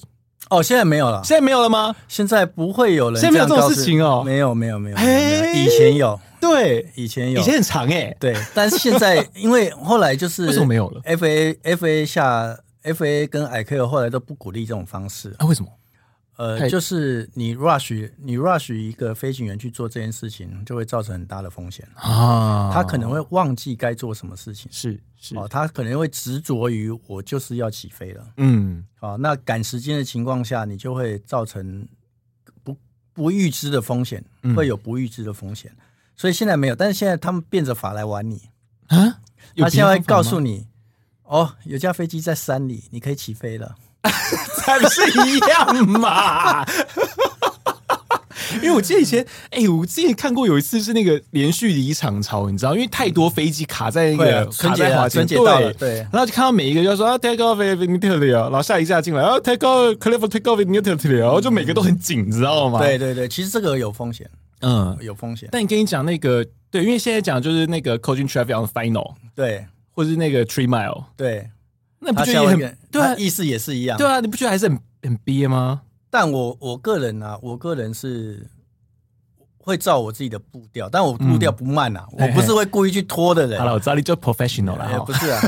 Speaker 2: 哦，现在没有了，
Speaker 1: 现在没有了吗？
Speaker 2: 现在不会有人
Speaker 1: 现在没有
Speaker 2: 样
Speaker 1: 这种
Speaker 2: 告诉
Speaker 1: 事情哦
Speaker 2: 没有没有没有，
Speaker 1: 嘿
Speaker 2: 没有没有以前有，
Speaker 1: 对，
Speaker 2: 以前有，
Speaker 1: 以前很长哎、
Speaker 2: 对，但是 现在因为后来就是
Speaker 1: 为什么没有了
Speaker 2: ？F A F A 下 F A 跟 I C A 后来都不鼓励这种方式，
Speaker 1: 啊，为什么？太
Speaker 2: 呃，就是你 rush 你 rush 一个飞行员去做这件事情，就会造成很大的风险，
Speaker 1: 啊，
Speaker 2: 他可能会忘记该做什么事情。
Speaker 1: 是是，
Speaker 2: 哦，他可能会执着于我就是要起飞了，
Speaker 1: 嗯，
Speaker 2: 啊，那赶时间的情况下，你就会造成不不预知的风险，
Speaker 1: 嗯
Speaker 2: 会有不预知的风险。所以现在没有，但是现在他们变着法来玩你，
Speaker 1: 啊，有
Speaker 2: 他现在会
Speaker 1: 平衡法吗
Speaker 2: 告诉你，哦，有架飞机在山里，你可以起飞了。
Speaker 1: 才不是一样 嘛。因为我记得以前，哎、我之前看过有一次是那个连续离场潮，你知道，因为太多飞机卡在那
Speaker 2: 会
Speaker 1: 个
Speaker 2: 啊
Speaker 1: 卡
Speaker 2: 春节啊
Speaker 1: 在滑行
Speaker 2: 春节到了对
Speaker 1: 然后就看到每一个就说啊 take off immediately 啊，然后下一架进来啊 take off clever take off immediately 啊，然后就每个都很紧，你知道吗？
Speaker 2: 对，对对，其实这个有风险，
Speaker 1: 嗯。
Speaker 2: 有风险。
Speaker 1: 但你跟你讲那个，对，因为现在讲就是那个 coaching traffic on final，
Speaker 2: 对
Speaker 1: 或是那个 three mile，
Speaker 2: 对，
Speaker 1: 那你
Speaker 2: 他
Speaker 1: 不觉
Speaker 2: 下
Speaker 1: 得也
Speaker 2: 一
Speaker 1: 很
Speaker 2: 个，
Speaker 1: 对啊
Speaker 2: 他？意思也是一样。
Speaker 1: 对啊，你不觉得还是很很憋吗？
Speaker 2: 但我我个人啊，我个人是会照我自己的步调，但我步调不慢啊，我不是会故意去拖的人
Speaker 1: 嗯好。了，我知道你就 professional 了
Speaker 2: 哎
Speaker 1: 哈
Speaker 2: 不。是啊，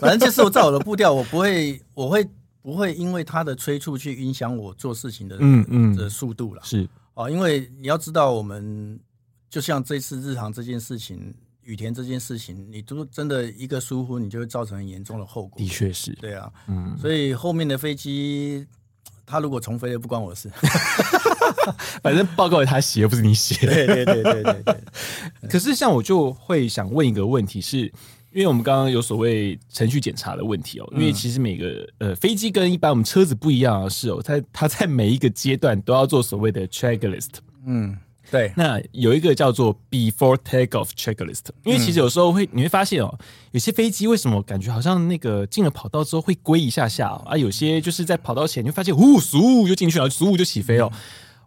Speaker 2: 反正就是我照我的步调，我不会，我会不会因为他的催促去影响我做事情的
Speaker 1: 嗯嗯
Speaker 2: 的速度了
Speaker 1: 是，
Speaker 2: 哦，因为你要知道，我们就像这次日航这件事情、雨田这件事情，你都真的一个疏忽，你就会造成很严重的后果
Speaker 1: 的。确是。
Speaker 2: 对啊，
Speaker 1: 嗯，
Speaker 2: 所以后面的飞机，他如果重飞了，不关我的事。
Speaker 1: 反正报告他写，又不是你写。
Speaker 2: 对对对对对对，
Speaker 1: 可是像我就会想问一个问题是，因为我们刚刚有所谓程序检查的问题哦，因为其实每个呃飞机跟一般我们车子不一样的是哦，它它在每一个阶段都要做所谓的 checklist。
Speaker 2: 嗯， 对，
Speaker 1: 那有一个叫做 before takeoff checklist，因为其实有时候会你会发现哦，有些飞机为什么感觉好像那个进了跑道之后会归一下下、哦、啊，有些就是在跑道前你会发现呜嗖就进去了，嗖就起飞哦。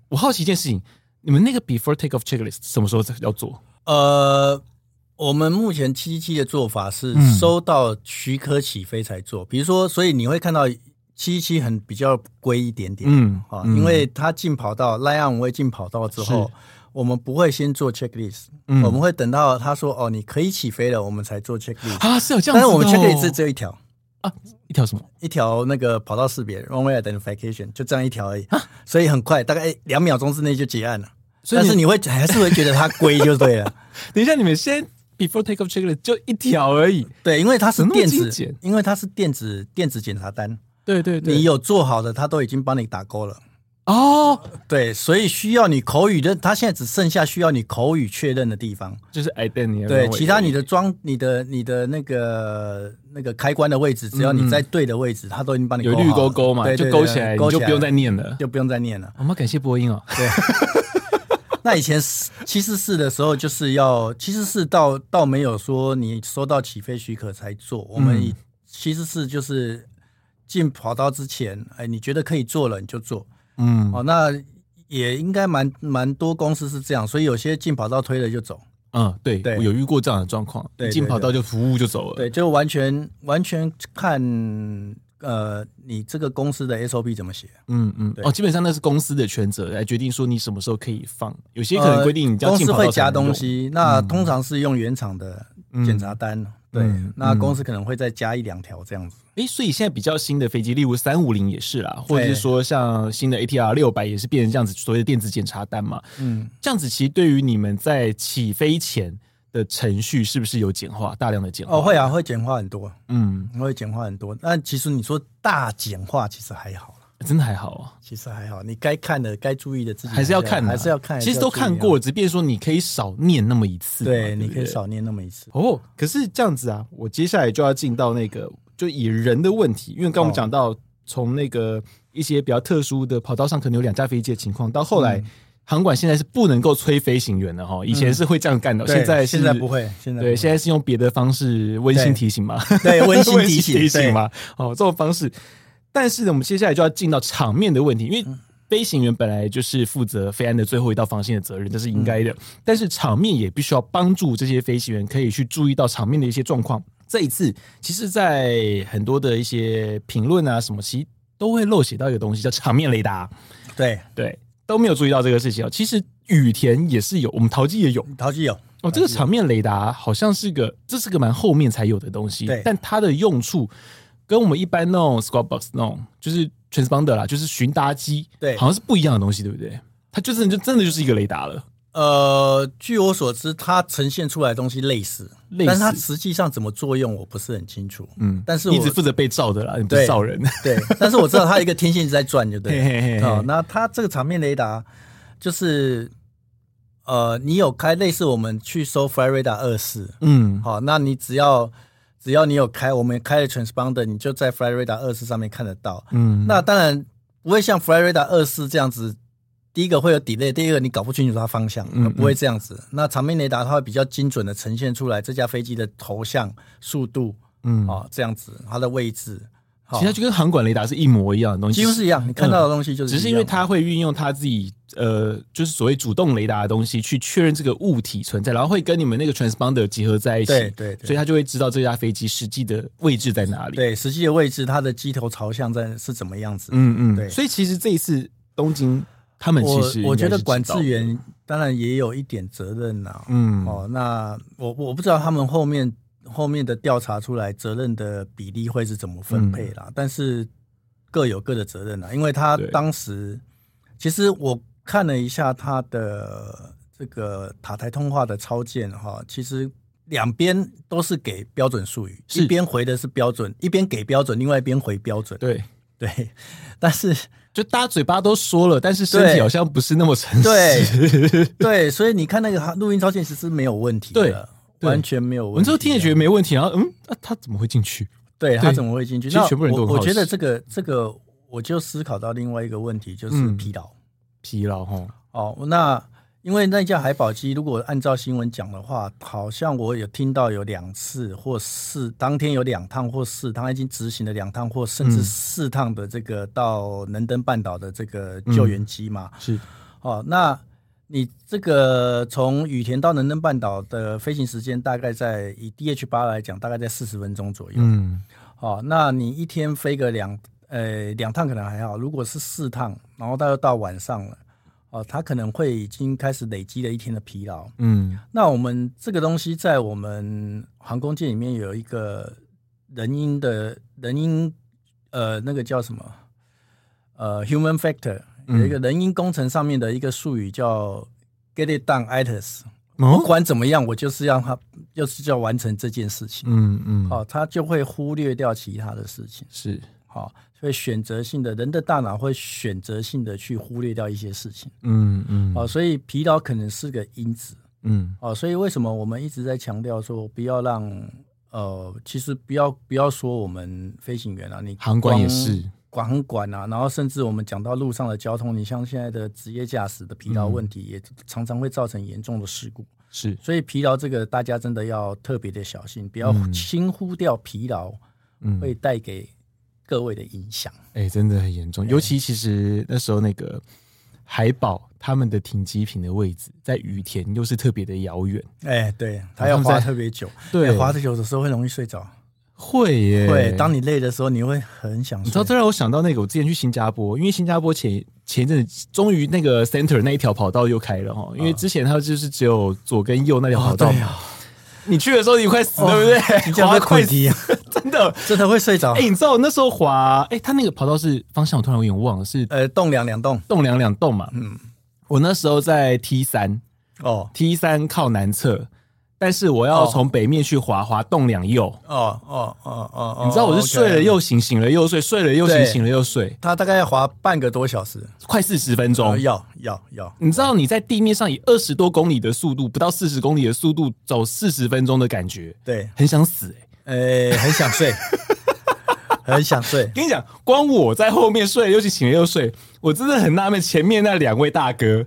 Speaker 1: 我好奇一件事情，你们那个 before takeoff checklist 什么时候要做？
Speaker 2: 呃，我们目前七七的做法是
Speaker 1: 嗯
Speaker 2: 收到许可起飞才做，比如说，所以你会看到七七很比较规一点点，
Speaker 1: 嗯
Speaker 2: 啊，
Speaker 1: 嗯
Speaker 2: 因为它进跑道 l i o n 会进跑道之后
Speaker 1: 是，
Speaker 2: 我们不会先做 checklist，、
Speaker 1: 嗯
Speaker 2: 我们会等到他说哦你可以起飞了，我们才做 checklist，、
Speaker 1: 啊，是有这样子的哦、
Speaker 2: 但是我们 checklist 只有一条。
Speaker 1: 一条什么？
Speaker 2: 一条那个跑道识别 runway identification 就这样一条而已，所以很快，大概哎两秒钟之内就结案了。
Speaker 1: 啊所以
Speaker 2: 但
Speaker 1: 你
Speaker 2: 是你会还是会觉得它归就对了，
Speaker 1: 等一下，你们先 before take off checklist 就一条而已。
Speaker 2: 对，因为它是
Speaker 1: 怎么那
Speaker 2: 电
Speaker 1: 么精
Speaker 2: 子
Speaker 1: 简，
Speaker 2: 因为它是电子电子检查单，
Speaker 1: 对对对，
Speaker 2: 你有做好的，它都已经帮你打勾了。
Speaker 1: 哦，
Speaker 2: 对，所以需要你口语的，它现在只剩下需要你口语确认的地方。
Speaker 1: 就是哎 identity
Speaker 2: 对，其他你的装、你的、你的那个那个开关的位置，只要你在对的位置，它都已经帮你
Speaker 1: 嗯有
Speaker 2: 好了
Speaker 1: 绿勾勾嘛，
Speaker 2: 对
Speaker 1: 就
Speaker 2: 对
Speaker 1: 勾
Speaker 2: 对
Speaker 1: 起来，你
Speaker 2: 勾起
Speaker 1: 就
Speaker 2: 来
Speaker 1: 不用再念了。
Speaker 2: 就不用再念了。
Speaker 1: 我们感谢播音哦，
Speaker 2: 那以前是七四四的时候，就是要七四四到到没有说你收到起飞许可才
Speaker 1: 嗯
Speaker 2: 做，我们以七四四就是进跑道之前，哎，你觉得可以做了你就做，
Speaker 1: 嗯
Speaker 2: 哦，那也应该蛮蛮多公司是这样，所以有些进跑道推了就走，
Speaker 1: 嗯，对，
Speaker 2: 对
Speaker 1: 我有遇过这样的状况，
Speaker 2: 对
Speaker 1: 一进
Speaker 2: 对
Speaker 1: 跑道
Speaker 2: 对
Speaker 1: 就服务就走了。
Speaker 2: 对，就完全完全看呃你这个公司的 SOP 怎么写，
Speaker 1: 嗯嗯，
Speaker 2: 对
Speaker 1: 哦，基本上那是公司的权责来决定说你什么时候可以放，有些可能规定你
Speaker 2: 呃
Speaker 1: 要
Speaker 2: 公
Speaker 1: 进
Speaker 2: 司
Speaker 1: 跑道才
Speaker 2: 会加
Speaker 1: 能
Speaker 2: 东
Speaker 1: 用，嗯
Speaker 2: 西，那通常是用原厂的检查单，对，
Speaker 1: 嗯
Speaker 2: 那公司可能会再加一两条这样子。
Speaker 1: 诶，所以现在比较新的飞机，例如三五零也是啦，或者是
Speaker 2: 对
Speaker 1: 说像新的 ATR 六百也是变成这样子所谓的电子检查单嘛。
Speaker 2: 嗯，
Speaker 1: 这样子其实对于你们在起飞前的程序是不是有简化，大量的简化？
Speaker 2: 哦，会啊，会简化很多，
Speaker 1: 嗯，
Speaker 2: 会简化很多。但其实你说大简化，其实还好啦，
Speaker 1: 真的还好啊，
Speaker 2: 其实还好。你该看的、该注意的自己
Speaker 1: 还是要看啊，
Speaker 2: 还是要看。
Speaker 1: 其实
Speaker 2: 还是
Speaker 1: 都
Speaker 2: 要注意啊
Speaker 1: 看过，，只变说你可以少念那么一次嘛。对，
Speaker 2: 对，你可
Speaker 1: 不对
Speaker 2: 以少念那么一次。
Speaker 1: 哦，可是这样子啊，我接下来就要进到那个就以人的问题，因为刚刚我们
Speaker 2: 哦
Speaker 1: 讲到从那个一些比较特殊的跑道上可能有两架飞机的情况，到后
Speaker 2: 嗯
Speaker 1: 来、航管现在是不能够催飞行员的哈，以前是会这样干的，
Speaker 2: 对
Speaker 1: 现在是
Speaker 2: 现在不。会，现在
Speaker 1: 对，现在是用别的方式温馨提醒嘛，
Speaker 2: 在对温馨提醒
Speaker 1: 提
Speaker 2: 对
Speaker 1: 醒嘛，哦，这种方式。但是呢，我们接下来就要进到场面的问题，因
Speaker 2: 嗯
Speaker 1: 为飞行员本来就是负责飞安的最后一道防线的责任，这是应该的。
Speaker 2: 嗯
Speaker 1: 但是场面也必须要帮助这些飞行员可以去注意到场面的一些状况。这一次，其实，在很多的一些评论啊什么，其实都会漏写到一个东西，叫场面雷达。
Speaker 2: 对
Speaker 1: 对，都没有注意到这个事情哦。其实羽田也是有，我们陶机也有。
Speaker 2: 陶机有
Speaker 1: 哦，这个场面雷达好像是个，这是个蛮后面才有的东西
Speaker 2: 对，
Speaker 1: 但它的用处跟我们一般那种 squad box 那种就是 transponder 啦，就是巡达机，
Speaker 2: 对
Speaker 1: 好像是不一样的东西，对不对？它就是就真的就是一个雷达了，
Speaker 2: 呃，据我所知，它呈现出来的东西类似，
Speaker 1: 类似
Speaker 2: 但是它实际上怎么作用我不是很清楚。
Speaker 1: 嗯，
Speaker 2: 但是
Speaker 1: 你
Speaker 2: 我
Speaker 1: 只负责被照的啦，你不是
Speaker 2: 对
Speaker 1: 照人，
Speaker 2: 对，但是我知道它有一个天线一直在转，就对了。
Speaker 1: 嘿嘿嘿嘿
Speaker 2: 哦，那它这个场面雷达就是，呃，你有开类似我们去搜 f l y r a d a r 二四，
Speaker 1: 嗯，
Speaker 2: 好，那你只要只要你有开，我们开了 transponder，你就在 f l y r a d a r 二四上面看得到。
Speaker 1: 嗯，
Speaker 2: 那当然不会像 f l y r a d a r 二四这样子。第一个会有 delay，第二个你搞不清楚它方向，
Speaker 1: 嗯嗯
Speaker 2: 不会这样子。那场面雷达它会比较精准的呈现出来这架飞机的头向、速度
Speaker 1: 嗯，
Speaker 2: 啊、哦，这样子它的位置。好
Speaker 1: 其实它就跟航管雷达是一模一样的东西，
Speaker 2: 几乎是一样，你看到的东西就
Speaker 1: 只
Speaker 2: 是一样、
Speaker 1: 是因为它会运用它自己呃，就是所谓主动雷达的东西去确认这个物体存在，然后会跟你们那个 transponder 结合在一起，
Speaker 2: 对对对
Speaker 1: 所以它就会知道这架飞机实际的位置在哪里。，
Speaker 2: 对实际的位置，它的机头朝向在是怎么样子？
Speaker 1: 嗯嗯，
Speaker 2: 对
Speaker 1: 所以其实这一次东京他们其
Speaker 2: 我
Speaker 1: 实
Speaker 2: 我觉
Speaker 1: 应该
Speaker 2: 得
Speaker 1: 是
Speaker 2: 管
Speaker 1: 知道
Speaker 2: 制，员当然也有一点责任啦、
Speaker 1: 嗯，
Speaker 2: 哦，那我我不知道他们后面后面的调查出来责任的比例会是怎么分配啦，但是各有各的责任啦，因为他
Speaker 1: 嗯对
Speaker 2: 当时其实我看了一下他的这个塔台通话的抄件哈、其实。两边都是给标准术语，
Speaker 1: 是
Speaker 2: 一边回的是标准，一边给标准，另外一边回标准。
Speaker 1: 对，
Speaker 2: 对，但是
Speaker 1: 就大家嘴巴都说了，但是身体
Speaker 2: 对
Speaker 1: 好像不是那么诚实。
Speaker 2: 对对，所以你看那个录音超件其实没有问题的，
Speaker 1: 对
Speaker 2: 完全没有问 题。
Speaker 1: 我们之后听也觉得没问题，然后嗯，啊，他怎么会进去？
Speaker 2: 对他
Speaker 1: 对
Speaker 2: 怎么会进去？
Speaker 1: 其实
Speaker 2: 那
Speaker 1: 全部人都
Speaker 2: 我
Speaker 1: 很好
Speaker 2: 我
Speaker 1: 奇
Speaker 2: 觉得这个这个，我就思考到另外一个问题，就是
Speaker 1: 嗯
Speaker 2: 疲劳。
Speaker 1: 疲劳哈，
Speaker 2: 哦，那因为那架海宝机，如果按照新闻讲的话，好像我有听到有两次或四，当天有两趟或四趟，已经执行了两趟或甚
Speaker 1: 嗯
Speaker 2: 至四趟的这个到能登半岛的这个救援机嘛。
Speaker 1: 是
Speaker 2: 哦，那你这个从羽田到能登半岛的飞行时间大概在以 DH 八来讲，大概在四十分钟左右。
Speaker 1: 嗯
Speaker 2: 哦，那你一天飞个两呃两趟可能还好，如果是四趟，然后到又到晚上了，哦，它可能会已经开始累积了一天的疲劳。
Speaker 1: 嗯
Speaker 2: 那我们这个东西在我们航空界里面有一个人因的人因，呃，那个叫什么？呃，human factor 有一个人因工程上面的一个术语叫 get it done itis，、
Speaker 1: 哦
Speaker 2: 不，管怎么样，我就是让他，就是要完成这件事情。
Speaker 1: 嗯嗯，
Speaker 2: 好、他就会忽略掉其他的事情。
Speaker 1: 是，
Speaker 2: 好、所以选择性的人的大脑会选择性的去忽略掉一些事情。
Speaker 1: 嗯嗯
Speaker 2: 好、所以疲劳可能是个因子。
Speaker 1: 嗯
Speaker 2: 哦，所以为什么我们一直在强调说不要让呃，其实不要不要说我们飞行员啊，你
Speaker 1: 航管也
Speaker 2: 光
Speaker 1: 是，
Speaker 2: 管航管啊，然后甚至我们讲到路上的交通，你像现在的职业驾驶的疲
Speaker 1: 嗯
Speaker 2: 劳问题，也常常会造成严重的事故。
Speaker 1: 是，
Speaker 2: 所以疲劳这个大家真的要特别的小心，不要轻忽掉疲劳
Speaker 1: 嗯，
Speaker 2: 会带给各位的影响。
Speaker 1: 哎、真的很严重。尤其其实那时候那个海宝他们的停机坪的位置在雨田，又是特别的遥远，
Speaker 2: 哎，对，他要滑特别久，
Speaker 1: 对
Speaker 2: 哎滑的久的时候会容易睡着。
Speaker 1: 会耶，
Speaker 2: 对，当你累的时候，你会很想睡。
Speaker 1: 你知道这让我想到那个，我之前去新加坡，因为新加坡前前一阵子终于那个 center 那一条跑道又开了哈，因为之前它就是只有左跟右那条跑道。
Speaker 2: 哦对啊
Speaker 1: 你去的时候你快死、对不 对？
Speaker 2: 你这样
Speaker 1: 滑
Speaker 2: 会
Speaker 1: 快
Speaker 2: 困
Speaker 1: 死，
Speaker 2: 题啊，
Speaker 1: 真的。
Speaker 2: 真的会睡着
Speaker 1: 哎、。你知道我那时候滑，哎、它那个跑道是方向我突然有点忘了，是
Speaker 2: 呃，动两两动
Speaker 1: 栋梁两栋嘛。嗯，我那时候在 T 三
Speaker 2: 哦
Speaker 1: ，T 三靠南侧，但是我要
Speaker 2: 哦
Speaker 1: 从北面去滑，滑栋梁右。
Speaker 2: 哦哦哦哦哦，
Speaker 1: 你知道我是睡了
Speaker 2: OK
Speaker 1: 又醒，醒了又睡，睡了又醒，
Speaker 2: 对
Speaker 1: 醒了又睡，
Speaker 2: 他大概要滑半个多小时，
Speaker 1: 快四十分钟
Speaker 2: 哦，。要要要，
Speaker 1: 你知道你在地面上以二十多公里的速度，不到四十公里的速度走四十分钟的感觉，
Speaker 2: 对，
Speaker 1: 很想死、欸。
Speaker 2: 呃，很想睡，很想睡，
Speaker 1: 跟你讲，光我在后面睡，尤其醒了又睡，我真的很纳闷前面那两位大哥，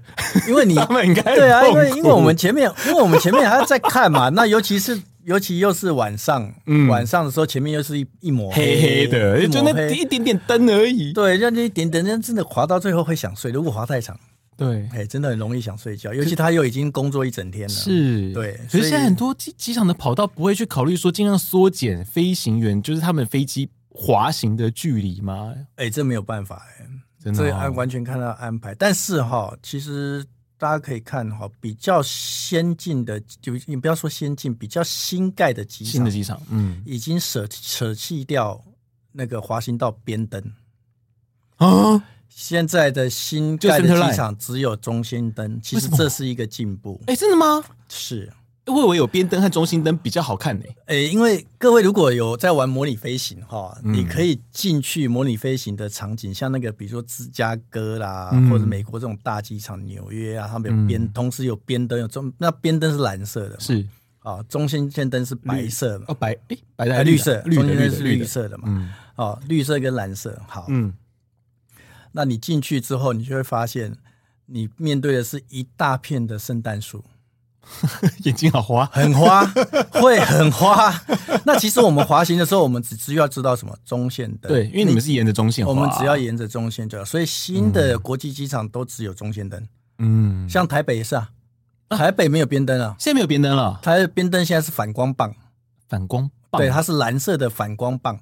Speaker 2: 因为你
Speaker 1: 他们应该很
Speaker 2: 对啊，因
Speaker 1: 痛
Speaker 2: 为
Speaker 1: 苦
Speaker 2: 因为我们前面，因为我们前面还要再看嘛， 那尤其是尤其又是晚上，晚上的时候前面又是一一抹
Speaker 1: 嗯黑黑的，
Speaker 2: 一
Speaker 1: 就
Speaker 2: 抹
Speaker 1: 那一
Speaker 2: 黑，
Speaker 1: 点点灯而已。
Speaker 2: 对，让那一点点，那真的滑到最后会想睡，如果滑太长，
Speaker 1: 对，
Speaker 2: 哎，真的很容易想睡觉，尤其他又已经工作一整天了，
Speaker 1: 是，
Speaker 2: 对
Speaker 1: 可
Speaker 2: 所以
Speaker 1: 是现在很多机机场的跑道不会去考虑说尽量缩减飞行员，就是他们飞机滑行的距离吗？
Speaker 2: 哎，这没有办法哎。
Speaker 1: 真的、
Speaker 2: 这
Speaker 1: 哦，
Speaker 2: 按完全看他安排。但是哈，其实大家可以看哈，比较先进的，就你不要说先进，比较新盖的机
Speaker 1: 新的
Speaker 2: 场
Speaker 1: 机场，嗯
Speaker 2: 已经舍舍弃掉那个滑行道边灯。
Speaker 1: 啊，
Speaker 2: 现在的新
Speaker 1: 就
Speaker 2: 盖的
Speaker 1: center line
Speaker 2: 机场只有中心灯，其实
Speaker 1: 为什么
Speaker 2: 这是一个进步。
Speaker 1: 哎、真的吗？哎
Speaker 2: 是，
Speaker 1: 我以为有边灯和中心灯比较好看呢、
Speaker 2: 诶，因为各位如果有在玩模拟飞行哈，
Speaker 1: 嗯
Speaker 2: 你可以进去模拟飞行的场景，像那个比如说芝加哥啦，
Speaker 1: 嗯
Speaker 2: 或者美国这种大机场，纽约啊，他
Speaker 1: 嗯
Speaker 2: 们有边、同时有边灯，有中那边灯是蓝色的
Speaker 1: 是
Speaker 2: 啊，中心线灯是白色嘛，
Speaker 1: 哦，白诶，白
Speaker 2: 呃
Speaker 1: 的
Speaker 2: 绿色，
Speaker 1: 绿
Speaker 2: 中
Speaker 1: 的绿
Speaker 2: 心灯
Speaker 1: 的
Speaker 2: 是
Speaker 1: 绿
Speaker 2: 绿
Speaker 1: 的，
Speaker 2: 色的嘛，
Speaker 1: 嗯
Speaker 2: 哦，绿色跟蓝色。好，
Speaker 1: 嗯，
Speaker 2: 那你进去之后，你就会发现，你面对的是一大片的圣诞树。
Speaker 1: 眼睛好花，
Speaker 2: 很花， 会很花。那其实我们滑行的时候，我们只需要知道什么中线灯。嗯
Speaker 1: 对，因为你们是沿着中线滑，
Speaker 2: 我们只要沿着中线就好。所以新的国际机场都只有中线灯，
Speaker 1: 嗯，
Speaker 2: 像台北也是啊，台北没有边灯啊，
Speaker 1: 现在没有边灯了，
Speaker 2: 台北边灯现在是反光棒，
Speaker 1: 反光棒，
Speaker 2: 对，它是蓝色的反光棒，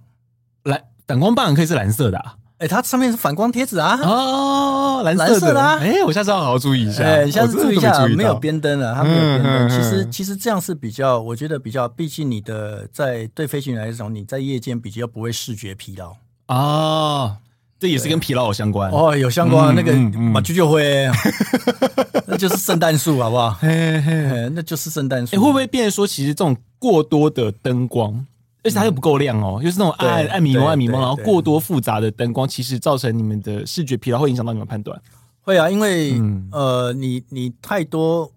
Speaker 1: 蓝反光棒可以是蓝色的啊，
Speaker 2: 哎、它上面是反光贴纸啊。
Speaker 1: 哦，蓝
Speaker 2: 蓝色
Speaker 1: 的
Speaker 2: 的啊
Speaker 1: 哎，我下次要好好注意一下，
Speaker 2: 哎，下次
Speaker 1: 我真的
Speaker 2: 注意一
Speaker 1: 都没
Speaker 2: 下，
Speaker 1: 注意
Speaker 2: 没有
Speaker 1: 到，
Speaker 2: 边灯啊了，它没有边
Speaker 1: 嗯嗯嗯
Speaker 2: 灯。其实其实这样是比较，我觉得比较，毕竟你的在对飞行员来讲，你在夜间比较不会视觉疲劳。
Speaker 1: 哦，这也是跟疲劳有相关，
Speaker 2: 哦，有相关啊
Speaker 1: 嗯
Speaker 2: 那个
Speaker 1: 嗯嗯
Speaker 2: 马啾就会，啊 那就是圣诞树，好不好？
Speaker 1: 嘿嘿，
Speaker 2: 哎那就是圣诞树。
Speaker 1: 哎，会不会变成说其实这种过多的灯光？而且它又不够亮哦，就是那种暗
Speaker 2: 嗯对
Speaker 1: 暗迷蒙、
Speaker 2: 对
Speaker 1: 暗迷蒙，
Speaker 2: 对
Speaker 1: 然后
Speaker 2: 对
Speaker 1: 过多复杂的灯光，其实造成你们的视觉疲劳，会影响到你们判断。
Speaker 2: 会啊？因为
Speaker 1: 嗯
Speaker 2: 呃，你你太多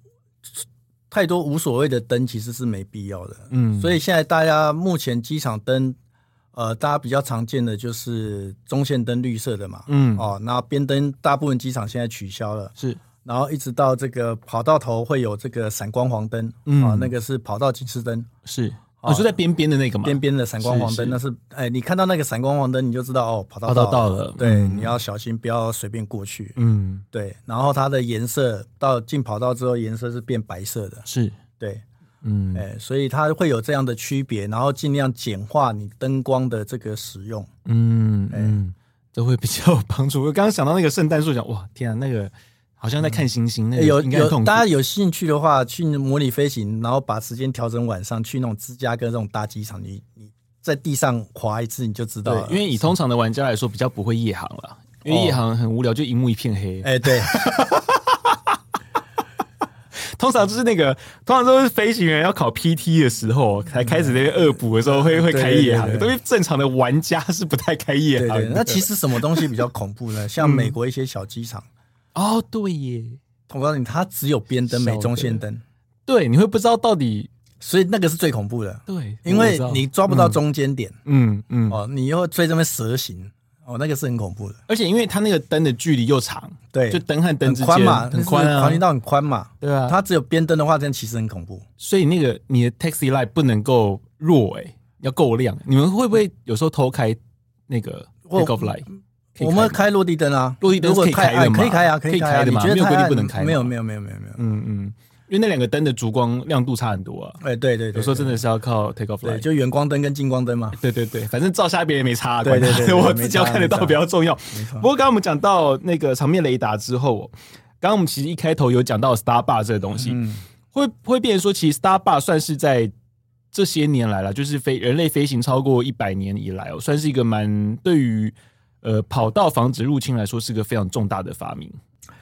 Speaker 2: 太多无所谓的灯，其实是没必要的。
Speaker 1: 嗯
Speaker 2: 所以现在大家目前机场灯，呃，大家比较常见的就是中线灯绿色的嘛，
Speaker 1: 嗯
Speaker 2: 哦，那边灯大部分机场现在取消了。
Speaker 1: 是
Speaker 2: 然后一直到这个跑道头会有这个闪光黄灯，
Speaker 1: 嗯
Speaker 2: 啊，那个是跑道警示灯，
Speaker 1: 是，
Speaker 2: 哦
Speaker 1: 我说在边边的那个嘛，
Speaker 2: 边边的闪光黄
Speaker 1: 啊是是
Speaker 2: 灯，那是哎，你看到那个闪光黄灯，你就知道哦，跑道
Speaker 1: 跑道到了
Speaker 2: 对，
Speaker 1: 嗯
Speaker 2: 你要小心，不要随便过去。
Speaker 1: 嗯，
Speaker 2: 对，然后它的颜色到进跑道之后，颜色是变白色的。
Speaker 1: 是，
Speaker 2: 对，
Speaker 1: 嗯，
Speaker 2: 哎，所以它会有这样的区别，然后尽量简化你灯光的这个使用。
Speaker 1: 嗯嗯，都会比较有帮助。我刚刚想到那个圣诞树，讲哇，天啊，那个好像在看星星，那
Speaker 2: 哎
Speaker 1: 个
Speaker 2: 有
Speaker 1: 嗯应该很
Speaker 2: 有，
Speaker 1: 痛苦
Speaker 2: 大家有兴趣的话，去模拟飞行，然后把时间调整晚上，去那种芝加哥这种大机场，你你在地上滑一次你就知道
Speaker 1: 对
Speaker 2: 了，。
Speaker 1: 因为以通常的玩家来说，比较不会夜航了，因为
Speaker 2: 哦
Speaker 1: 哎
Speaker 2: 哎
Speaker 1: 夜航很无聊，就一幕一片黑。
Speaker 2: 哎，对，
Speaker 1: 通常就是那个，通常都是飞行员要考 PT 的时候才开始那边恶补的时候 会会开夜航，
Speaker 2: 对对对
Speaker 1: 都是正常的玩家是不太开夜
Speaker 2: 对
Speaker 1: 航
Speaker 2: 对
Speaker 1: 的。，
Speaker 2: 那其实什么东西比较恐怖呢？
Speaker 1: 嗯
Speaker 2: 像美国一些小机场，
Speaker 1: 哦，对耶，
Speaker 2: 我告诉你，它只有边灯没中线灯，
Speaker 1: 对，你会不知道到底
Speaker 2: 所以那个是最恐怖的，
Speaker 1: 对，
Speaker 2: 因
Speaker 1: 我
Speaker 2: 为
Speaker 1: 知道
Speaker 2: 你抓不到中间点
Speaker 1: 嗯嗯，
Speaker 2: 哦，你又追这边蛇形哦，那个是很恐怖的。
Speaker 1: 而且因为它那个灯的距离又长，
Speaker 2: 对，
Speaker 1: 就灯和灯
Speaker 2: 很
Speaker 1: 之
Speaker 2: 宽
Speaker 1: 间
Speaker 2: 嘛，
Speaker 1: 很宽
Speaker 2: 那是
Speaker 1: 啊
Speaker 2: 环形，道很宽嘛，
Speaker 1: 对啊，
Speaker 2: 它只有边灯的话，这样其实很恐怖。
Speaker 1: 所以那个你的 taxi light 不能够弱哎、要够亮。你们会不会有时候偷开那个
Speaker 2: 我
Speaker 1: take off light？可以
Speaker 2: 我
Speaker 1: 吗
Speaker 2: 们开落地灯啊，
Speaker 1: 落地灯是
Speaker 2: 如果
Speaker 1: 可以
Speaker 2: 太
Speaker 1: 开的
Speaker 2: 暗
Speaker 1: 嘛
Speaker 2: 可以开啊，
Speaker 1: 可
Speaker 2: 可
Speaker 1: 以
Speaker 2: 以
Speaker 1: 开的
Speaker 2: 你
Speaker 1: 嘛
Speaker 2: 觉得
Speaker 1: 没有
Speaker 2: 太
Speaker 1: 规定
Speaker 2: 暗
Speaker 1: 不能开
Speaker 2: 没有
Speaker 1: 嘛
Speaker 2: 没有没有没有没有。
Speaker 1: 嗯嗯，因为那两个灯的烛光亮度差很多啊。
Speaker 2: 哎，对对对，
Speaker 1: 有时候真
Speaker 2: 的
Speaker 1: 的是要靠 take off
Speaker 2: 对，
Speaker 1: light。
Speaker 2: 就远光灯跟近光 灯嘛。
Speaker 1: 对对对，反正照下别人也没差，
Speaker 2: 对对对
Speaker 1: 管他
Speaker 2: 对
Speaker 1: 我自己要看得到比较重要。
Speaker 2: 没错
Speaker 1: 不过刚刚我们讲到那个场面雷达之后哦，刚刚我们其实一开头有讲到 Starbucks 这个东西，
Speaker 2: 嗯，
Speaker 1: 会会变成说，其实 Starbucks 算是在这些年来了，就是飞人类飞行超过一百年以来哦，算是一个蛮对于呃跑道防止入侵来说是个非常重大的发明。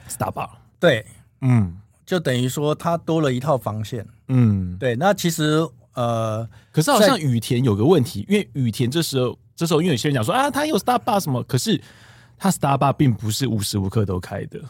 Speaker 1: Starbucks，
Speaker 2: 对，
Speaker 1: 嗯
Speaker 2: 就等于说它多了一套防线。
Speaker 1: 嗯，
Speaker 2: 对，那其实呃，
Speaker 1: 可是好像羽田有个问题，因为羽田这时候这时候因为有些人讲说啊，它有 Starbucks 什么，可是它 Starbucks 并不是无时无刻都开的，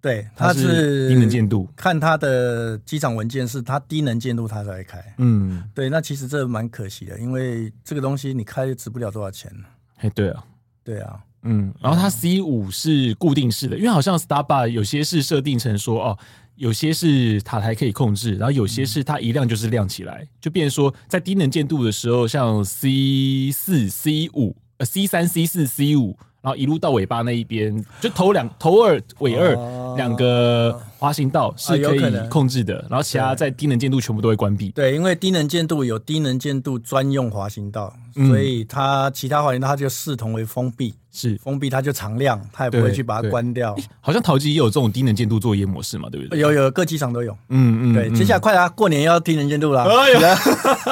Speaker 2: 对，
Speaker 1: 它
Speaker 2: 它
Speaker 1: 是低能见度，
Speaker 2: 看它的机场文件是它低能见度它才会开。
Speaker 1: 嗯，
Speaker 2: 对，那其实这蛮可惜的，因为这个东西你开值不了多少钱。
Speaker 1: 哎对啊。
Speaker 2: 对啊，
Speaker 1: 嗯，然后它 C 五是固定式的，因为好像 Starbucks 有些是设定成说哦，有些是塔台可以控制，然后有些
Speaker 2: 嗯
Speaker 1: 是它一亮就是亮起来，就变成说在低能见度的时候，像 C 四、C 五、呃 C 三、C 四、C 五，然后一路到尾巴那一边，就头两、头二、尾二、
Speaker 2: 哦
Speaker 1: 两个滑行道是可
Speaker 2: 啊有可
Speaker 1: 以
Speaker 2: 能
Speaker 1: 控制的，然后其他
Speaker 2: 对
Speaker 1: 在低能见度全部都会关闭。
Speaker 2: 对，因为低能见度有低能见度专用滑行道，
Speaker 1: 嗯
Speaker 2: 所以它其他滑行道它就视同为封闭，
Speaker 1: 是，
Speaker 2: 封闭它就常亮，它也不
Speaker 1: 对
Speaker 2: 会去把它
Speaker 1: 对
Speaker 2: 关掉。
Speaker 1: 好像淘机也有这种低能见度作业模式嘛，对不对？
Speaker 2: 有有各机场都有。
Speaker 1: 嗯，嗯嗯，
Speaker 2: 对，接下来快啦，过年要低能见度啦！
Speaker 1: 哎呦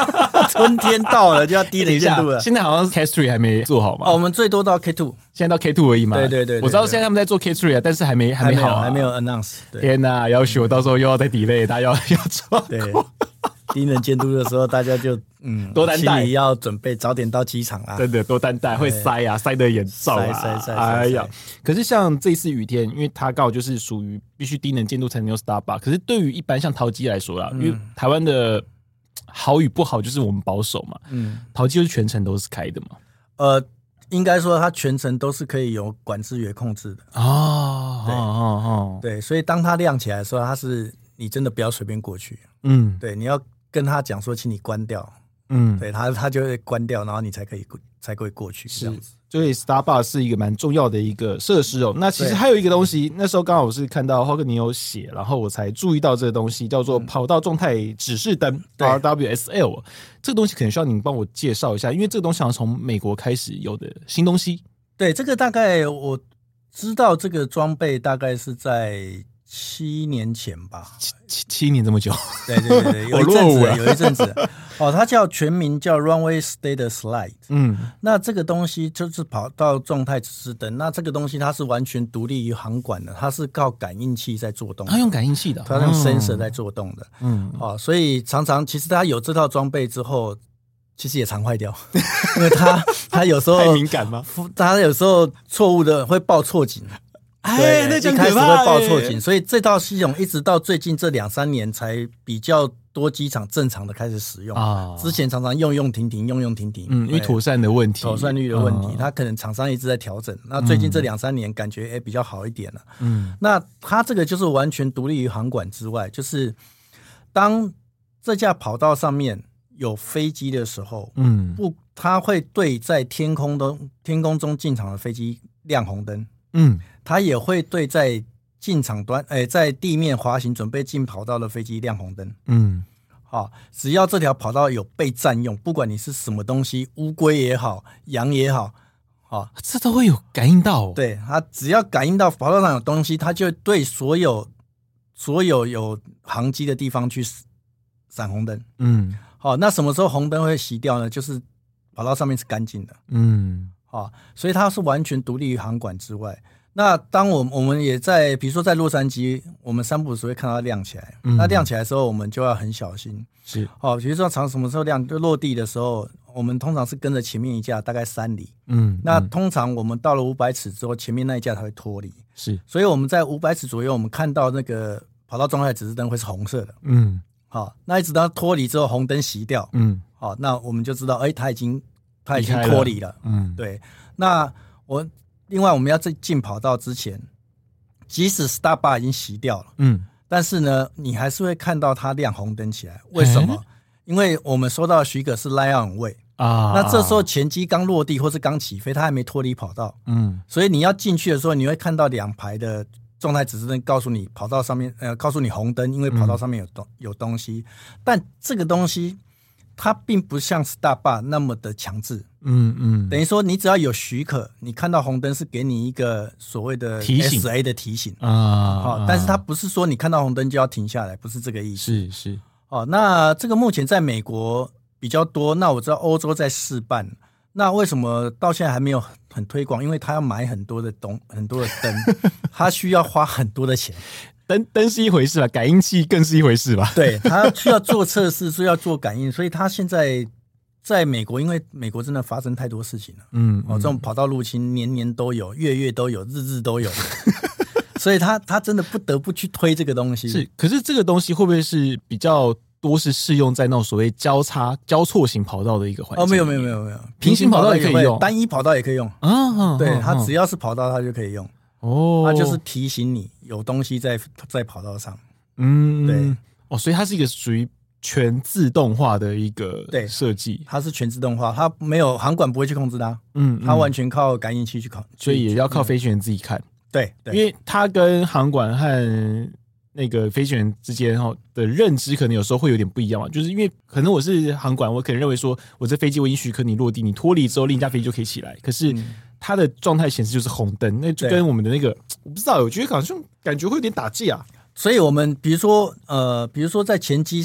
Speaker 2: 春天到了就要 低
Speaker 1: 等一
Speaker 2: 能见
Speaker 1: 下
Speaker 2: 度，了。
Speaker 1: 现在好像 Cast Three 还没做好嘛？
Speaker 2: 哦，我们最多到 K two，
Speaker 1: 现在到 K two 而已嘛。
Speaker 2: 对对对对
Speaker 1: 我知道现在他们在做 K three 啊，但是还没还
Speaker 2: 还
Speaker 1: 没
Speaker 2: 没
Speaker 1: 好
Speaker 2: 有
Speaker 1: 啊、
Speaker 2: 还没有 announce。对
Speaker 1: 天哪、要许我到时候又要再 delay，大家要要抓。
Speaker 2: 对， 低能见度的时候，大家就嗯
Speaker 1: 多担待
Speaker 2: 心里要准备早点到机场啦。
Speaker 1: 真的多担待，会塞啊，塞得眼罩啊，
Speaker 2: 哎塞塞塞塞
Speaker 1: 哎呀
Speaker 2: 塞！
Speaker 1: 可是像这次雨天，因为它刚好就是属于必须低能见度才能用 Starbucks，可是对于一般像淘机来说
Speaker 2: 嗯
Speaker 1: 啦，因为台湾的好与不好就是我们保守嘛，
Speaker 2: 嗯，
Speaker 1: 淘机就是全程都是开的嘛。
Speaker 2: 呃，应该说它全程都是可以由管制员控制的。
Speaker 1: 哦哦哦，
Speaker 2: 对，所以当它亮起来的时候，它是你真的不要随便过去。
Speaker 1: 嗯
Speaker 2: 对，你要跟他讲说，请你关掉。
Speaker 1: 嗯，
Speaker 2: 对他，他就会关掉，然后你才可以过才可以过去。这样子。
Speaker 1: 所以 Starbucks 是一个蛮重要的一个设施哦。那其实
Speaker 2: 对
Speaker 1: 还有一个东西，那时候刚好我是看到浩克你有写，然后我才注意到这个东西，叫做跑道状态指示灯
Speaker 2: 嗯对
Speaker 1: （RWSL）。这个东西可能需要你帮我介绍一下，因为这个东西好像从美国开始有的新东西。
Speaker 2: 对，这个大概我知道这个装备大概是在七年前吧。
Speaker 1: 七七七年这么久，
Speaker 2: 对对 对对，有
Speaker 1: 我
Speaker 2: 一
Speaker 1: 落
Speaker 2: 阵
Speaker 1: 伍啊
Speaker 2: 子
Speaker 1: 了
Speaker 2: 了，有一阵子。 哦，它叫全名叫 Runway State Slide。
Speaker 1: 嗯
Speaker 2: 那这个东西就是跑道状态指示灯。那这个东西它是完全独立于航管的，它是靠感应器在做动的
Speaker 1: 它用感应器的，
Speaker 2: 它用
Speaker 1: 哎嗯
Speaker 2: sensor 在做动的。
Speaker 1: 嗯，
Speaker 2: 哦，所以常常其实它有这套装备之后，其实也常坏掉，因为它它有时 候
Speaker 1: 太敏感吗？
Speaker 2: 它有时候错误的会报错警，
Speaker 1: 哎
Speaker 2: 对，一开始会报错警，所以这套系统一直到最近这两三年才比较多机场正常的开始使用
Speaker 1: 啊
Speaker 2: 之前常常用用停停，用用停停，
Speaker 1: 嗯，因为
Speaker 2: 对
Speaker 1: 妥善的问题，
Speaker 2: 妥善率的问题，
Speaker 1: 嗯
Speaker 2: 它可能厂商一直在调整。那最近这两三年感觉哎、诶比较好一点了。
Speaker 1: 嗯，
Speaker 2: 那它这个就是完全独立于航管之外，就是当这架跑道上面有飞机的时候，
Speaker 1: 嗯
Speaker 2: 不，它会对在天空中天空中进场的飞机亮红灯，
Speaker 1: 嗯
Speaker 2: 它也会对在进场端哎、在地面滑行准备进跑道的飞机亮红灯。
Speaker 1: 嗯
Speaker 2: 好、只要这条跑道有被占用，不管你是什么东西，乌龟也好，羊也好，好、
Speaker 1: 这都会有感应到哦。
Speaker 2: 对它只要感应到跑道上有东西，它就会对所有所有有航机的地方去闪红灯。
Speaker 1: 嗯
Speaker 2: 好、那什么时候红灯会熄掉呢？就是跑道上面是干净的，
Speaker 1: 嗯
Speaker 2: 啊好、所以它是完全独立于航管之外。那当我们我们也在，比如说在洛杉矶，我们三不五时会看到它亮起来。
Speaker 1: 嗯
Speaker 2: 那亮起来的时候，我们就要很小心。
Speaker 1: 是，
Speaker 2: 哦，比如说常什么时候亮，就落地的时候，我们通常是跟着前面一架大概三里。
Speaker 1: 嗯，
Speaker 2: 那通常我们到了五百尺之后，前面那一架才会脱离。
Speaker 1: 是，
Speaker 2: 所以我们在五百尺左右，我们看到那个跑道状态指示灯会是红色的。
Speaker 1: 嗯
Speaker 2: 好、那一直到它脱离之后，红灯熄掉。
Speaker 1: 嗯
Speaker 2: 好、那我们就知道，哎、它已经它已经
Speaker 1: 离开了
Speaker 2: 脱离了。
Speaker 1: 嗯，
Speaker 2: 对，那我另外我们要在进跑道之前，即使 s t a r b a 已经熄掉了，
Speaker 1: 嗯
Speaker 2: 但是呢，你还是会看到它亮红灯起来。为什么？ 因为我们收到的许可是 Lion 位，
Speaker 1: 啊，
Speaker 2: 那这时候前机刚落地或是刚起飞，它还没脱离跑道，
Speaker 1: 嗯
Speaker 2: 所以你要进去的时候，你会看到两排的状态指示灯告诉你跑道上面，呃，告诉你红灯，因为跑道上面有东、有东西，但这个东西它并不像 s t a r b a 那么的强制，
Speaker 1: 嗯嗯，
Speaker 2: 等于说，你只要有许可，你看到红灯是给你一个所谓的
Speaker 1: 提醒
Speaker 2: SA 的提醒。
Speaker 1: 啊，
Speaker 2: 好、但是它不是说你看到红灯就要停下来，不是这个意思。
Speaker 1: 是是，
Speaker 2: 哦，那这个目前在美国比较多，那我知道欧洲在试办，那为什么到现在还没有很推广？因为他要买很多的东，很多的灯， 他需要花很多的钱，
Speaker 1: 灯灯是一回事吧，感应器更是一回事吧，
Speaker 2: 对他需要做测试，需要做感应，所以他现在在美国，因为美国真的发生太多事情了。
Speaker 1: 嗯
Speaker 2: 哦，这种跑道入侵年年都有，月月都有，日日都有， 所以他他真的不得不去推这个东西。
Speaker 1: 是，可是这个东西会不会是比较多是适用在那种所谓交叉交错型跑道的一个环境
Speaker 2: 哦，
Speaker 1: 里面？
Speaker 2: 没有没有没有没有，
Speaker 1: 平行跑道也可以
Speaker 2: 会
Speaker 1: 用
Speaker 2: 单一跑道也可以用。
Speaker 1: 啊，
Speaker 2: 对，它只
Speaker 1: 要
Speaker 2: 要是跑道，它就可以用，
Speaker 1: 哦，
Speaker 2: 它就是提醒你有东西在在跑道上。
Speaker 1: 嗯
Speaker 2: 对
Speaker 1: 哦，所以它是一个属于全自动化的一个
Speaker 2: 对
Speaker 1: 设计，
Speaker 2: 它是全自动化，它没有航管不会去控制它，
Speaker 1: 嗯，
Speaker 2: 它
Speaker 1: 嗯
Speaker 2: 完全靠感应器去控。
Speaker 1: 所以
Speaker 2: 去
Speaker 1: 也要靠飞行员自己看，
Speaker 2: 对对，
Speaker 1: 因为它跟航管和那个飞行员之间哈的认知可能有时候会有点不一样嘛，就是因为可能我是航管，我可能认为说我这飞机我已经许可你落地，你脱离之后另一架飞机就可以起来，可是它的状态显示就是红灯，那就
Speaker 2: 对
Speaker 1: 跟我们的那个我不知道，我觉得好像感觉会有点打架、啊，
Speaker 2: 所以我们比如说呃，比如说在前机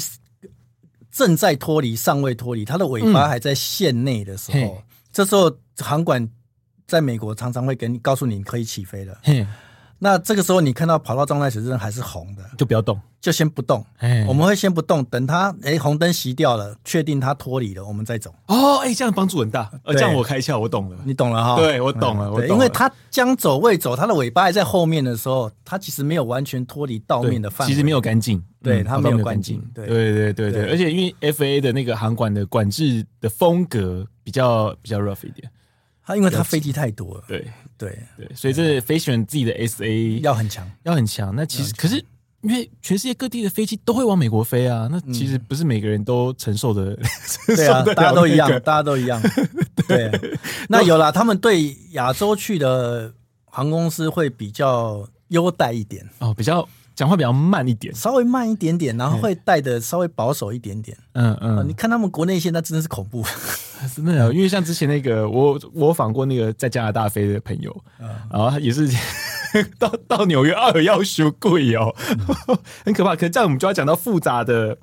Speaker 2: 正在脱离、尚未脱离，它的尾巴还在线内的时候，
Speaker 1: 嗯嘿
Speaker 2: 这时候航管在美国常常会给你告诉你可以起飞了。
Speaker 1: 嘿，
Speaker 2: 那这个时候你看到跑道状态指示灯还是红的，
Speaker 1: 就不要动，
Speaker 2: 就先不动。
Speaker 1: 哎
Speaker 2: 我们会先不动，等它哎红灯熄掉了，确定它脱离了，我们再走。
Speaker 1: 哦，哎、这样帮助很大，呃，这
Speaker 2: 对
Speaker 1: 样我开窍，我懂了，
Speaker 2: 你懂了哈？
Speaker 1: 对我懂了
Speaker 2: 嗯
Speaker 1: 我
Speaker 2: 对
Speaker 1: 懂
Speaker 2: 因
Speaker 1: 了
Speaker 2: 为它将走未走，它的尾巴还在后面的时候，它其实没有完全脱离道
Speaker 1: 对
Speaker 2: 面的范围。
Speaker 1: 其实没有干净，
Speaker 2: 对
Speaker 1: 嗯跑
Speaker 2: 它
Speaker 1: 道
Speaker 2: 没有
Speaker 1: 没有
Speaker 2: 干
Speaker 1: 干
Speaker 2: 净
Speaker 1: 净，
Speaker 2: 对
Speaker 1: 对对对对，
Speaker 2: 对
Speaker 1: 而且因为 FA 的那个航管的管制的风格比较比较 rough 一点，
Speaker 2: 它，因为它飞机太多了，
Speaker 1: 对
Speaker 2: 对，
Speaker 1: 对，所以这飞行员自己的 SA
Speaker 2: 要很强。
Speaker 1: 要很强。那其实可是因为全世界各地的飞机都会往美国飞啊，那其实不是每个人都承受的， 承
Speaker 2: 嗯对啊，
Speaker 1: 受得了
Speaker 2: 大家都一样
Speaker 1: 那，个
Speaker 2: 大家 都一样。对，那有啦，他们对亚洲去的航空公司会比较优待一点，
Speaker 1: 哦，比较讲话比较慢一点，
Speaker 2: 稍微慢一点点，然后会带的稍微保守一点点。
Speaker 1: 嗯
Speaker 2: 啊，
Speaker 1: 嗯
Speaker 2: 你，看他们国内现在真的是恐怖，
Speaker 1: 真的啊，因为像之前那个我我访过那个在加拿大飞的朋友，
Speaker 2: 嗯
Speaker 1: 然后他也是 到到纽约二要修贵哦，
Speaker 2: 嗯
Speaker 1: 很可怕。可是这样我们就要讲到复杂的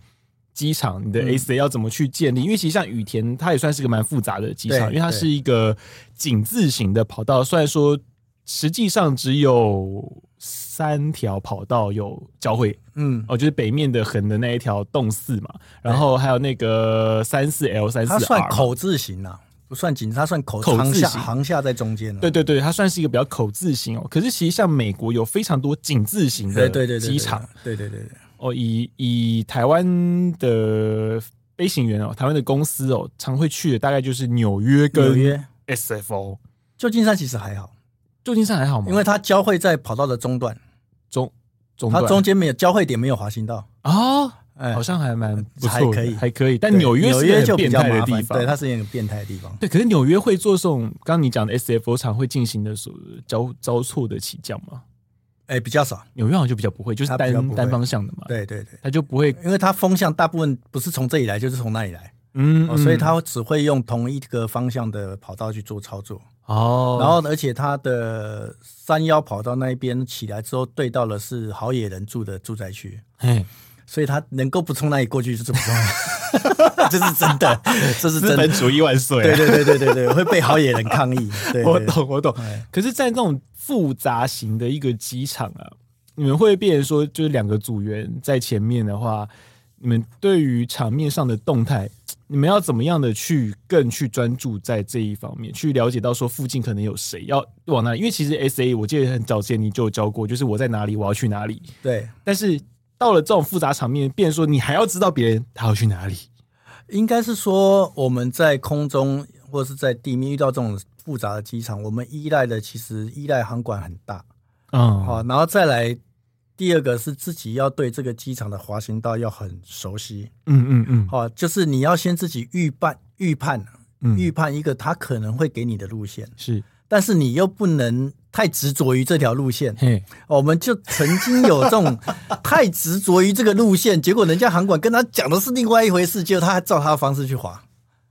Speaker 1: 机场，
Speaker 2: 嗯
Speaker 1: 你的 AC 要怎么去建立？因为其实像羽田，它也算是个蛮复杂的机场，
Speaker 2: 对
Speaker 1: 因为它是一个井字形的跑道，虽然说实际上只有三条跑道有交汇，
Speaker 2: 嗯，
Speaker 1: 哦，就是北面的横的那一条洞四嘛，然后还有那个三四 L 三四
Speaker 2: 它
Speaker 1: R，
Speaker 2: 算口字形啦，不算紧，它算口
Speaker 1: 口字
Speaker 2: 航下
Speaker 1: 形
Speaker 2: 航下在中间啊了。
Speaker 1: 对对对，它算是一个比较口字形哦。可是其实像美国有非常多井字形的
Speaker 2: 对对对对，对
Speaker 1: 机场，
Speaker 2: 对对对对，
Speaker 1: 哦。以以台湾的飞行员哦，台湾的公司哦，常会去的大概就是纽约
Speaker 2: 纽
Speaker 1: 跟
Speaker 2: 约
Speaker 1: SFO。
Speaker 2: 旧金山其实还好，
Speaker 1: 旧金山还好吗？
Speaker 2: 因为它交汇在跑道的中段，
Speaker 1: 中中
Speaker 2: 它
Speaker 1: 段
Speaker 2: 中间没有交汇点，没有滑行道。
Speaker 1: 哦，
Speaker 2: 哎
Speaker 1: 好像还蛮不错的，
Speaker 2: 还可以
Speaker 1: 还可以。但
Speaker 2: 对
Speaker 1: 纽约
Speaker 2: 纽
Speaker 1: 是
Speaker 2: 约
Speaker 1: 很
Speaker 2: 就比
Speaker 1: 变
Speaker 2: 较
Speaker 1: 态
Speaker 2: 麻
Speaker 1: 的地，
Speaker 2: 烦
Speaker 1: 方，
Speaker 2: 对，它是一个变态的地方。
Speaker 1: 对，可是纽约会做这种刚刚你讲的 SFO 常会进行的所交交错的起降吗？
Speaker 2: 哎，比较少。
Speaker 1: 纽约好像就比较不会，就是
Speaker 2: 它比较
Speaker 1: 单
Speaker 2: 不会
Speaker 1: 单方向的嘛，，
Speaker 2: 对对对，
Speaker 1: 它就不会，
Speaker 2: 因为它风向大部分不是从这里来，就是从那里来，
Speaker 1: 嗯，
Speaker 2: 哦所以
Speaker 1: 嗯
Speaker 2: 它只会用同一个方向的跑道去做操作。
Speaker 1: 哦，
Speaker 2: 然后，而且它的山腰跑道那一边起来之后，对到的是好野人住的住宅区，
Speaker 1: 嘿，
Speaker 2: 所以他能够不从那里过去就是不从， 这是真的，这是
Speaker 1: 资
Speaker 2: 真
Speaker 1: 本
Speaker 2: 的。
Speaker 1: 主义万岁、啊！
Speaker 2: 对对对对对对，会被好野人抗议。对，对哎
Speaker 1: 我懂，我懂。可是，在那种复杂型的一个机场啊，你们会变成说，就是两个组员在前面的话，你们对于场面上的动态，你们要怎么样的去更去专注在这一方面，去了解到说附近可能有谁要往哪里？因为其实 S A 我记得很早之前你就有教过，就是我在哪里，我要去哪里。
Speaker 2: 对，
Speaker 1: 但是到了这种复杂场面，变成说你还要知道别人他要去哪里。
Speaker 2: 应该是说我们在空中或是在地面遇到这种复杂的机场，我们依赖的其实依赖航管很大。
Speaker 1: 嗯，
Speaker 2: 好、然后再来第二个是自己要对这个机场的滑行道要很熟悉。
Speaker 1: 嗯嗯嗯，
Speaker 2: 好、就是你要先自己预判、预判、
Speaker 1: 嗯
Speaker 2: 预判一个他可能会给你的路线，
Speaker 1: 是，
Speaker 2: 但是你又不能太执着于这条路线。
Speaker 1: 嘿，
Speaker 2: 哦我们就曾经有这 种太执着于这个路线，结果人家航管跟他讲的是另外一回事，结果他还照他的方式去滑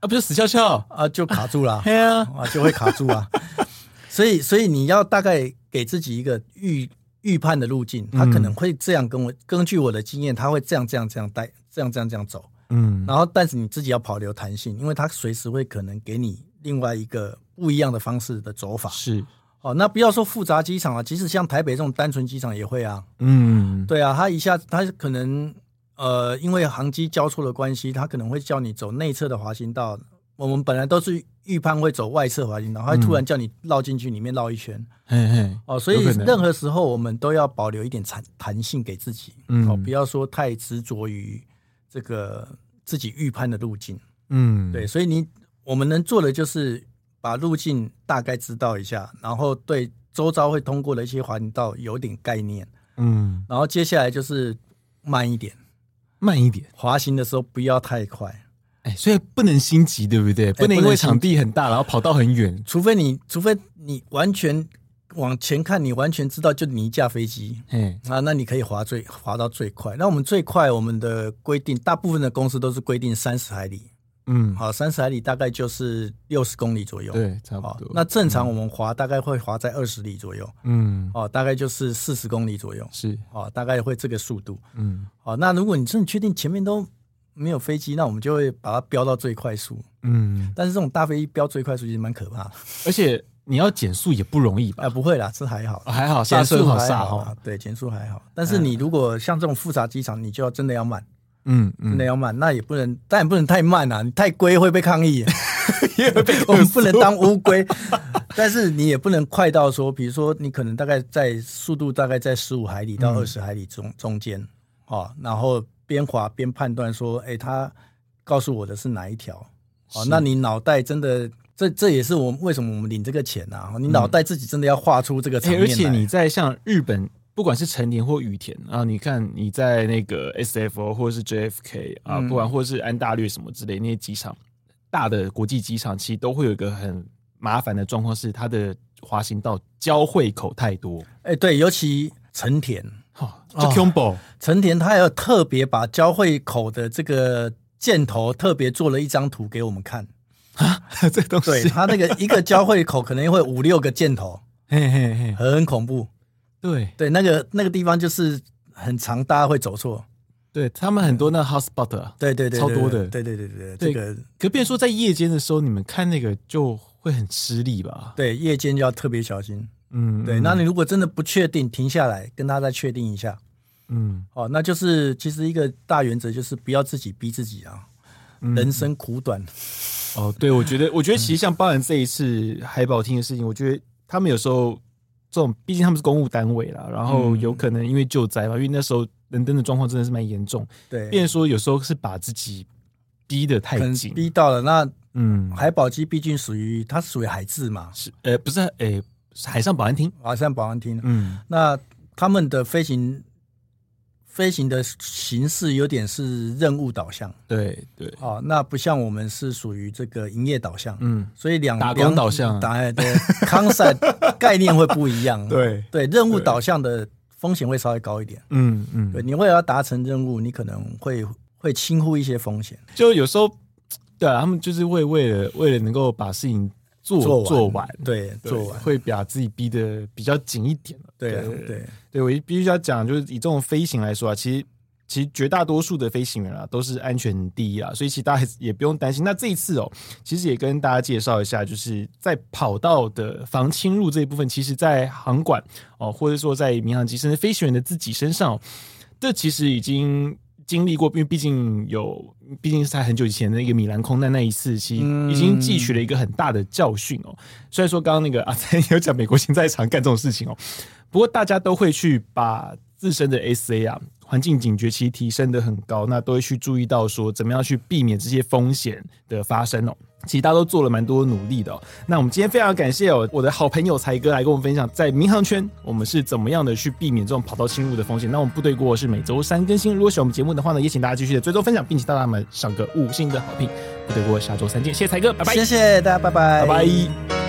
Speaker 1: 啊，不是死翘翘，
Speaker 2: 啊，就卡住了啊。
Speaker 1: 嘿啊，
Speaker 2: 啊，就会卡住啊。 所以，所以你要大概给自己一个预预判的路径，他可能会这样跟我，根据我的经验，他会这样这样这样带，这样这样这样走。
Speaker 1: 嗯
Speaker 2: 然后，但是你自己要保留弹性，因为他随时会可能给你另外一个不一样的方式的走法。
Speaker 1: 是，
Speaker 2: 哦，那不要说复杂机场啊，即使像台北这种单纯机场也会啊。
Speaker 1: 嗯，
Speaker 2: 对啊，他一下他可能呃，因为航机交错的关系，他可能会叫你走内侧的滑行道。我们本来都是预判会走外侧滑行
Speaker 1: 嗯
Speaker 2: 道，他会突然叫你绕进去里面绕一圈、
Speaker 1: 嘿嘿，
Speaker 2: 哦，所以
Speaker 1: 有可能
Speaker 2: 任何时候我们都要保留一点弹弹性给自己，
Speaker 1: 嗯
Speaker 2: 哦，不要说太执着于这个自己预判的路径。
Speaker 1: 嗯，
Speaker 2: 对，，所以你我们能做的就是把路径大概知道一下，然后对周遭会通过的一些滑行道有点概念。
Speaker 1: 嗯，
Speaker 2: 然后接下来就是慢一点，
Speaker 1: 慢一点，
Speaker 2: 滑行的时候不要太快，
Speaker 1: 哎，所以不能心急，对不哎对？不能因为场地很大，然后跑到很远，
Speaker 2: 除非你除非你完全往前看，你完全知道就你一架飞机
Speaker 1: 嘿，
Speaker 2: 啊，那你可以滑最滑到最快。那我们最快，我们的规定，大部分的公司都是规定三十海里，
Speaker 1: 嗯，
Speaker 2: 好，三十海里大概就是六十公里左右，，
Speaker 1: 对，嗯差
Speaker 2: 好
Speaker 1: 不，多，
Speaker 2: 那正常我们滑大概会滑在二十里左右，
Speaker 1: 嗯，
Speaker 2: 哦，大概就是四十公里左右，
Speaker 1: 是，
Speaker 2: 哦，大概会这个速度。
Speaker 1: 嗯
Speaker 2: 好，那如果你真的确定前面都没有飞机，那我们就会把它飙到最快速。
Speaker 1: 嗯，
Speaker 2: 但是这种大飞机飙最快速其实蛮可 怕的。
Speaker 1: 而且你要减速也不容易
Speaker 2: 啊，
Speaker 1: 吧？
Speaker 2: 不会啦，这还好，
Speaker 1: 哎还好，
Speaker 2: 哦减
Speaker 1: 刹
Speaker 2: 速
Speaker 1: 车好啊
Speaker 2: 还
Speaker 1: 刹哦
Speaker 2: 好哦嗯
Speaker 1: 哈
Speaker 2: 啦，，对，减速还好。但是你如果像这种复杂机场，你就要真的要慢，
Speaker 1: 嗯
Speaker 2: 真 的
Speaker 1: 嗯，
Speaker 2: 要慢。那也不能，但也不能太慢啊，你太龟会被抗议。
Speaker 1: 也会被
Speaker 2: 我们不能当乌龟， 但是你也不能快到说，比如说你可能大概在速度大概在十五海里到二十海里中、中间哦，然后边滑边判断说，哎，他告诉我的是哪一条？哦，
Speaker 1: 是
Speaker 2: 那你脑袋真的。这这也是我们为什么我们领这个钱啊！你脑袋自己真的要画出这个场
Speaker 1: 哎
Speaker 2: 面来、
Speaker 1: 而且你在像日本，不管是成田或羽田啊，你看你在那个 SFO 或者是 JFK 啊，
Speaker 2: 嗯
Speaker 1: 不管或是安大略什么之类那些机场，大的国际机场其实都会有一个很麻烦的状况，是它的滑行道交汇口太多，
Speaker 2: 哎，对，尤其成田，哦
Speaker 1: 哈、就 combo，、
Speaker 2: 成田他还有特别把交汇口的这个箭头特别做了一张图给我们看。
Speaker 1: 这东
Speaker 2: 对，它那个一个交汇口可能会五六个箭头，
Speaker 1: 嘿嘿嘿，
Speaker 2: 很恐怖。
Speaker 1: 对
Speaker 2: 对，那个那个地方就是很长，大家会走错。
Speaker 1: 对，他们很多
Speaker 2: 嗯
Speaker 1: 那 hotspot 啊，
Speaker 2: 对对对，
Speaker 1: 超
Speaker 2: 对
Speaker 1: 多的
Speaker 2: 对对对对，
Speaker 1: 对
Speaker 2: 对这个
Speaker 1: 可变成说在夜间的时候，你们看那个就会很吃力吧？
Speaker 2: 对夜间就要特别小心。
Speaker 1: 嗯，
Speaker 2: 对，那你如果真的不确定，停下来跟他再确定一下。
Speaker 1: 嗯
Speaker 2: 哦，那就是其实一个大原则就是不要自己逼自己啊，
Speaker 1: 嗯
Speaker 2: 人生苦短。
Speaker 1: 哦，对，我觉得，我觉得其实像包含这一次海宝厅的事情，我觉得他们有时候这种，毕竟他们是公务单位啦，然后有可能因为救灾嘛，因为那时候伦敦的状况真的是蛮严重，变
Speaker 2: 对，
Speaker 1: 成说有时候是把自己逼得
Speaker 2: 可
Speaker 1: 太
Speaker 2: 能
Speaker 1: 紧，
Speaker 2: 逼到了。那
Speaker 1: 嗯，
Speaker 2: 海保机毕竟属于它属于海治嘛，
Speaker 1: 是呃不是呃是海上保安厅，
Speaker 2: 华山保安厅。
Speaker 1: 嗯
Speaker 2: 那他们的飞行飞行的形式有点是任务导向
Speaker 1: 对对，
Speaker 2: 啊、哦，那不像我们是属于这个营业导向，
Speaker 1: 嗯
Speaker 2: 所以两
Speaker 1: 打工导向
Speaker 2: 两打哎对 concept 概念会不一样，
Speaker 1: 对
Speaker 2: 对，任务导向的风险会稍微高一点，
Speaker 1: 嗯嗯，
Speaker 2: 对，你为了要达成任务，你可能会会轻忽一些风险，
Speaker 1: 就有时候对啊，他们就是为为了为了能够把事情做
Speaker 2: 做完
Speaker 1: 完，
Speaker 2: 对，
Speaker 1: 对
Speaker 2: 做完，
Speaker 1: 会把自己逼得比较紧一点了
Speaker 2: 对对
Speaker 1: 对我必须要讲，就是以这种飞行来说啊，其实其实绝大多数的飞行员啊都是安全第一啊，所以其实大家也不用担心。那这一次哦，其实也跟大家介绍一下，就是在跑道的防侵入这一部分，其实在航管哦，或者说在民航机甚至飞行员的自己身上、哦，这其实已经。经历过，因为毕竟有，毕竟是在很久以前的那个米兰空难那一次，其实已经汲取了一个很大的教训哦。虽然说刚刚那个阿才有讲美国现在常干这种事情哦，不过大家都会去把自身的 SA 啊环境警觉其实提升的很高，那都会去注意到说怎么样去避免这些风险的发生哦。其实大家都做了蛮多努力的、哦。那我们今天非常感谢哦，我的好朋友才哥来跟我们分享，在民航圈我们是怎么样的去避免这种跑道侵入的风险。那我们部队锅是每周三更新，如果喜欢我们节目的话呢，也请大家继续的追踪分享，并且到他们上个五星的好评。部队锅下周三见，谢谢才哥，拜拜，
Speaker 2: 谢谢大家，拜拜，
Speaker 1: 拜拜。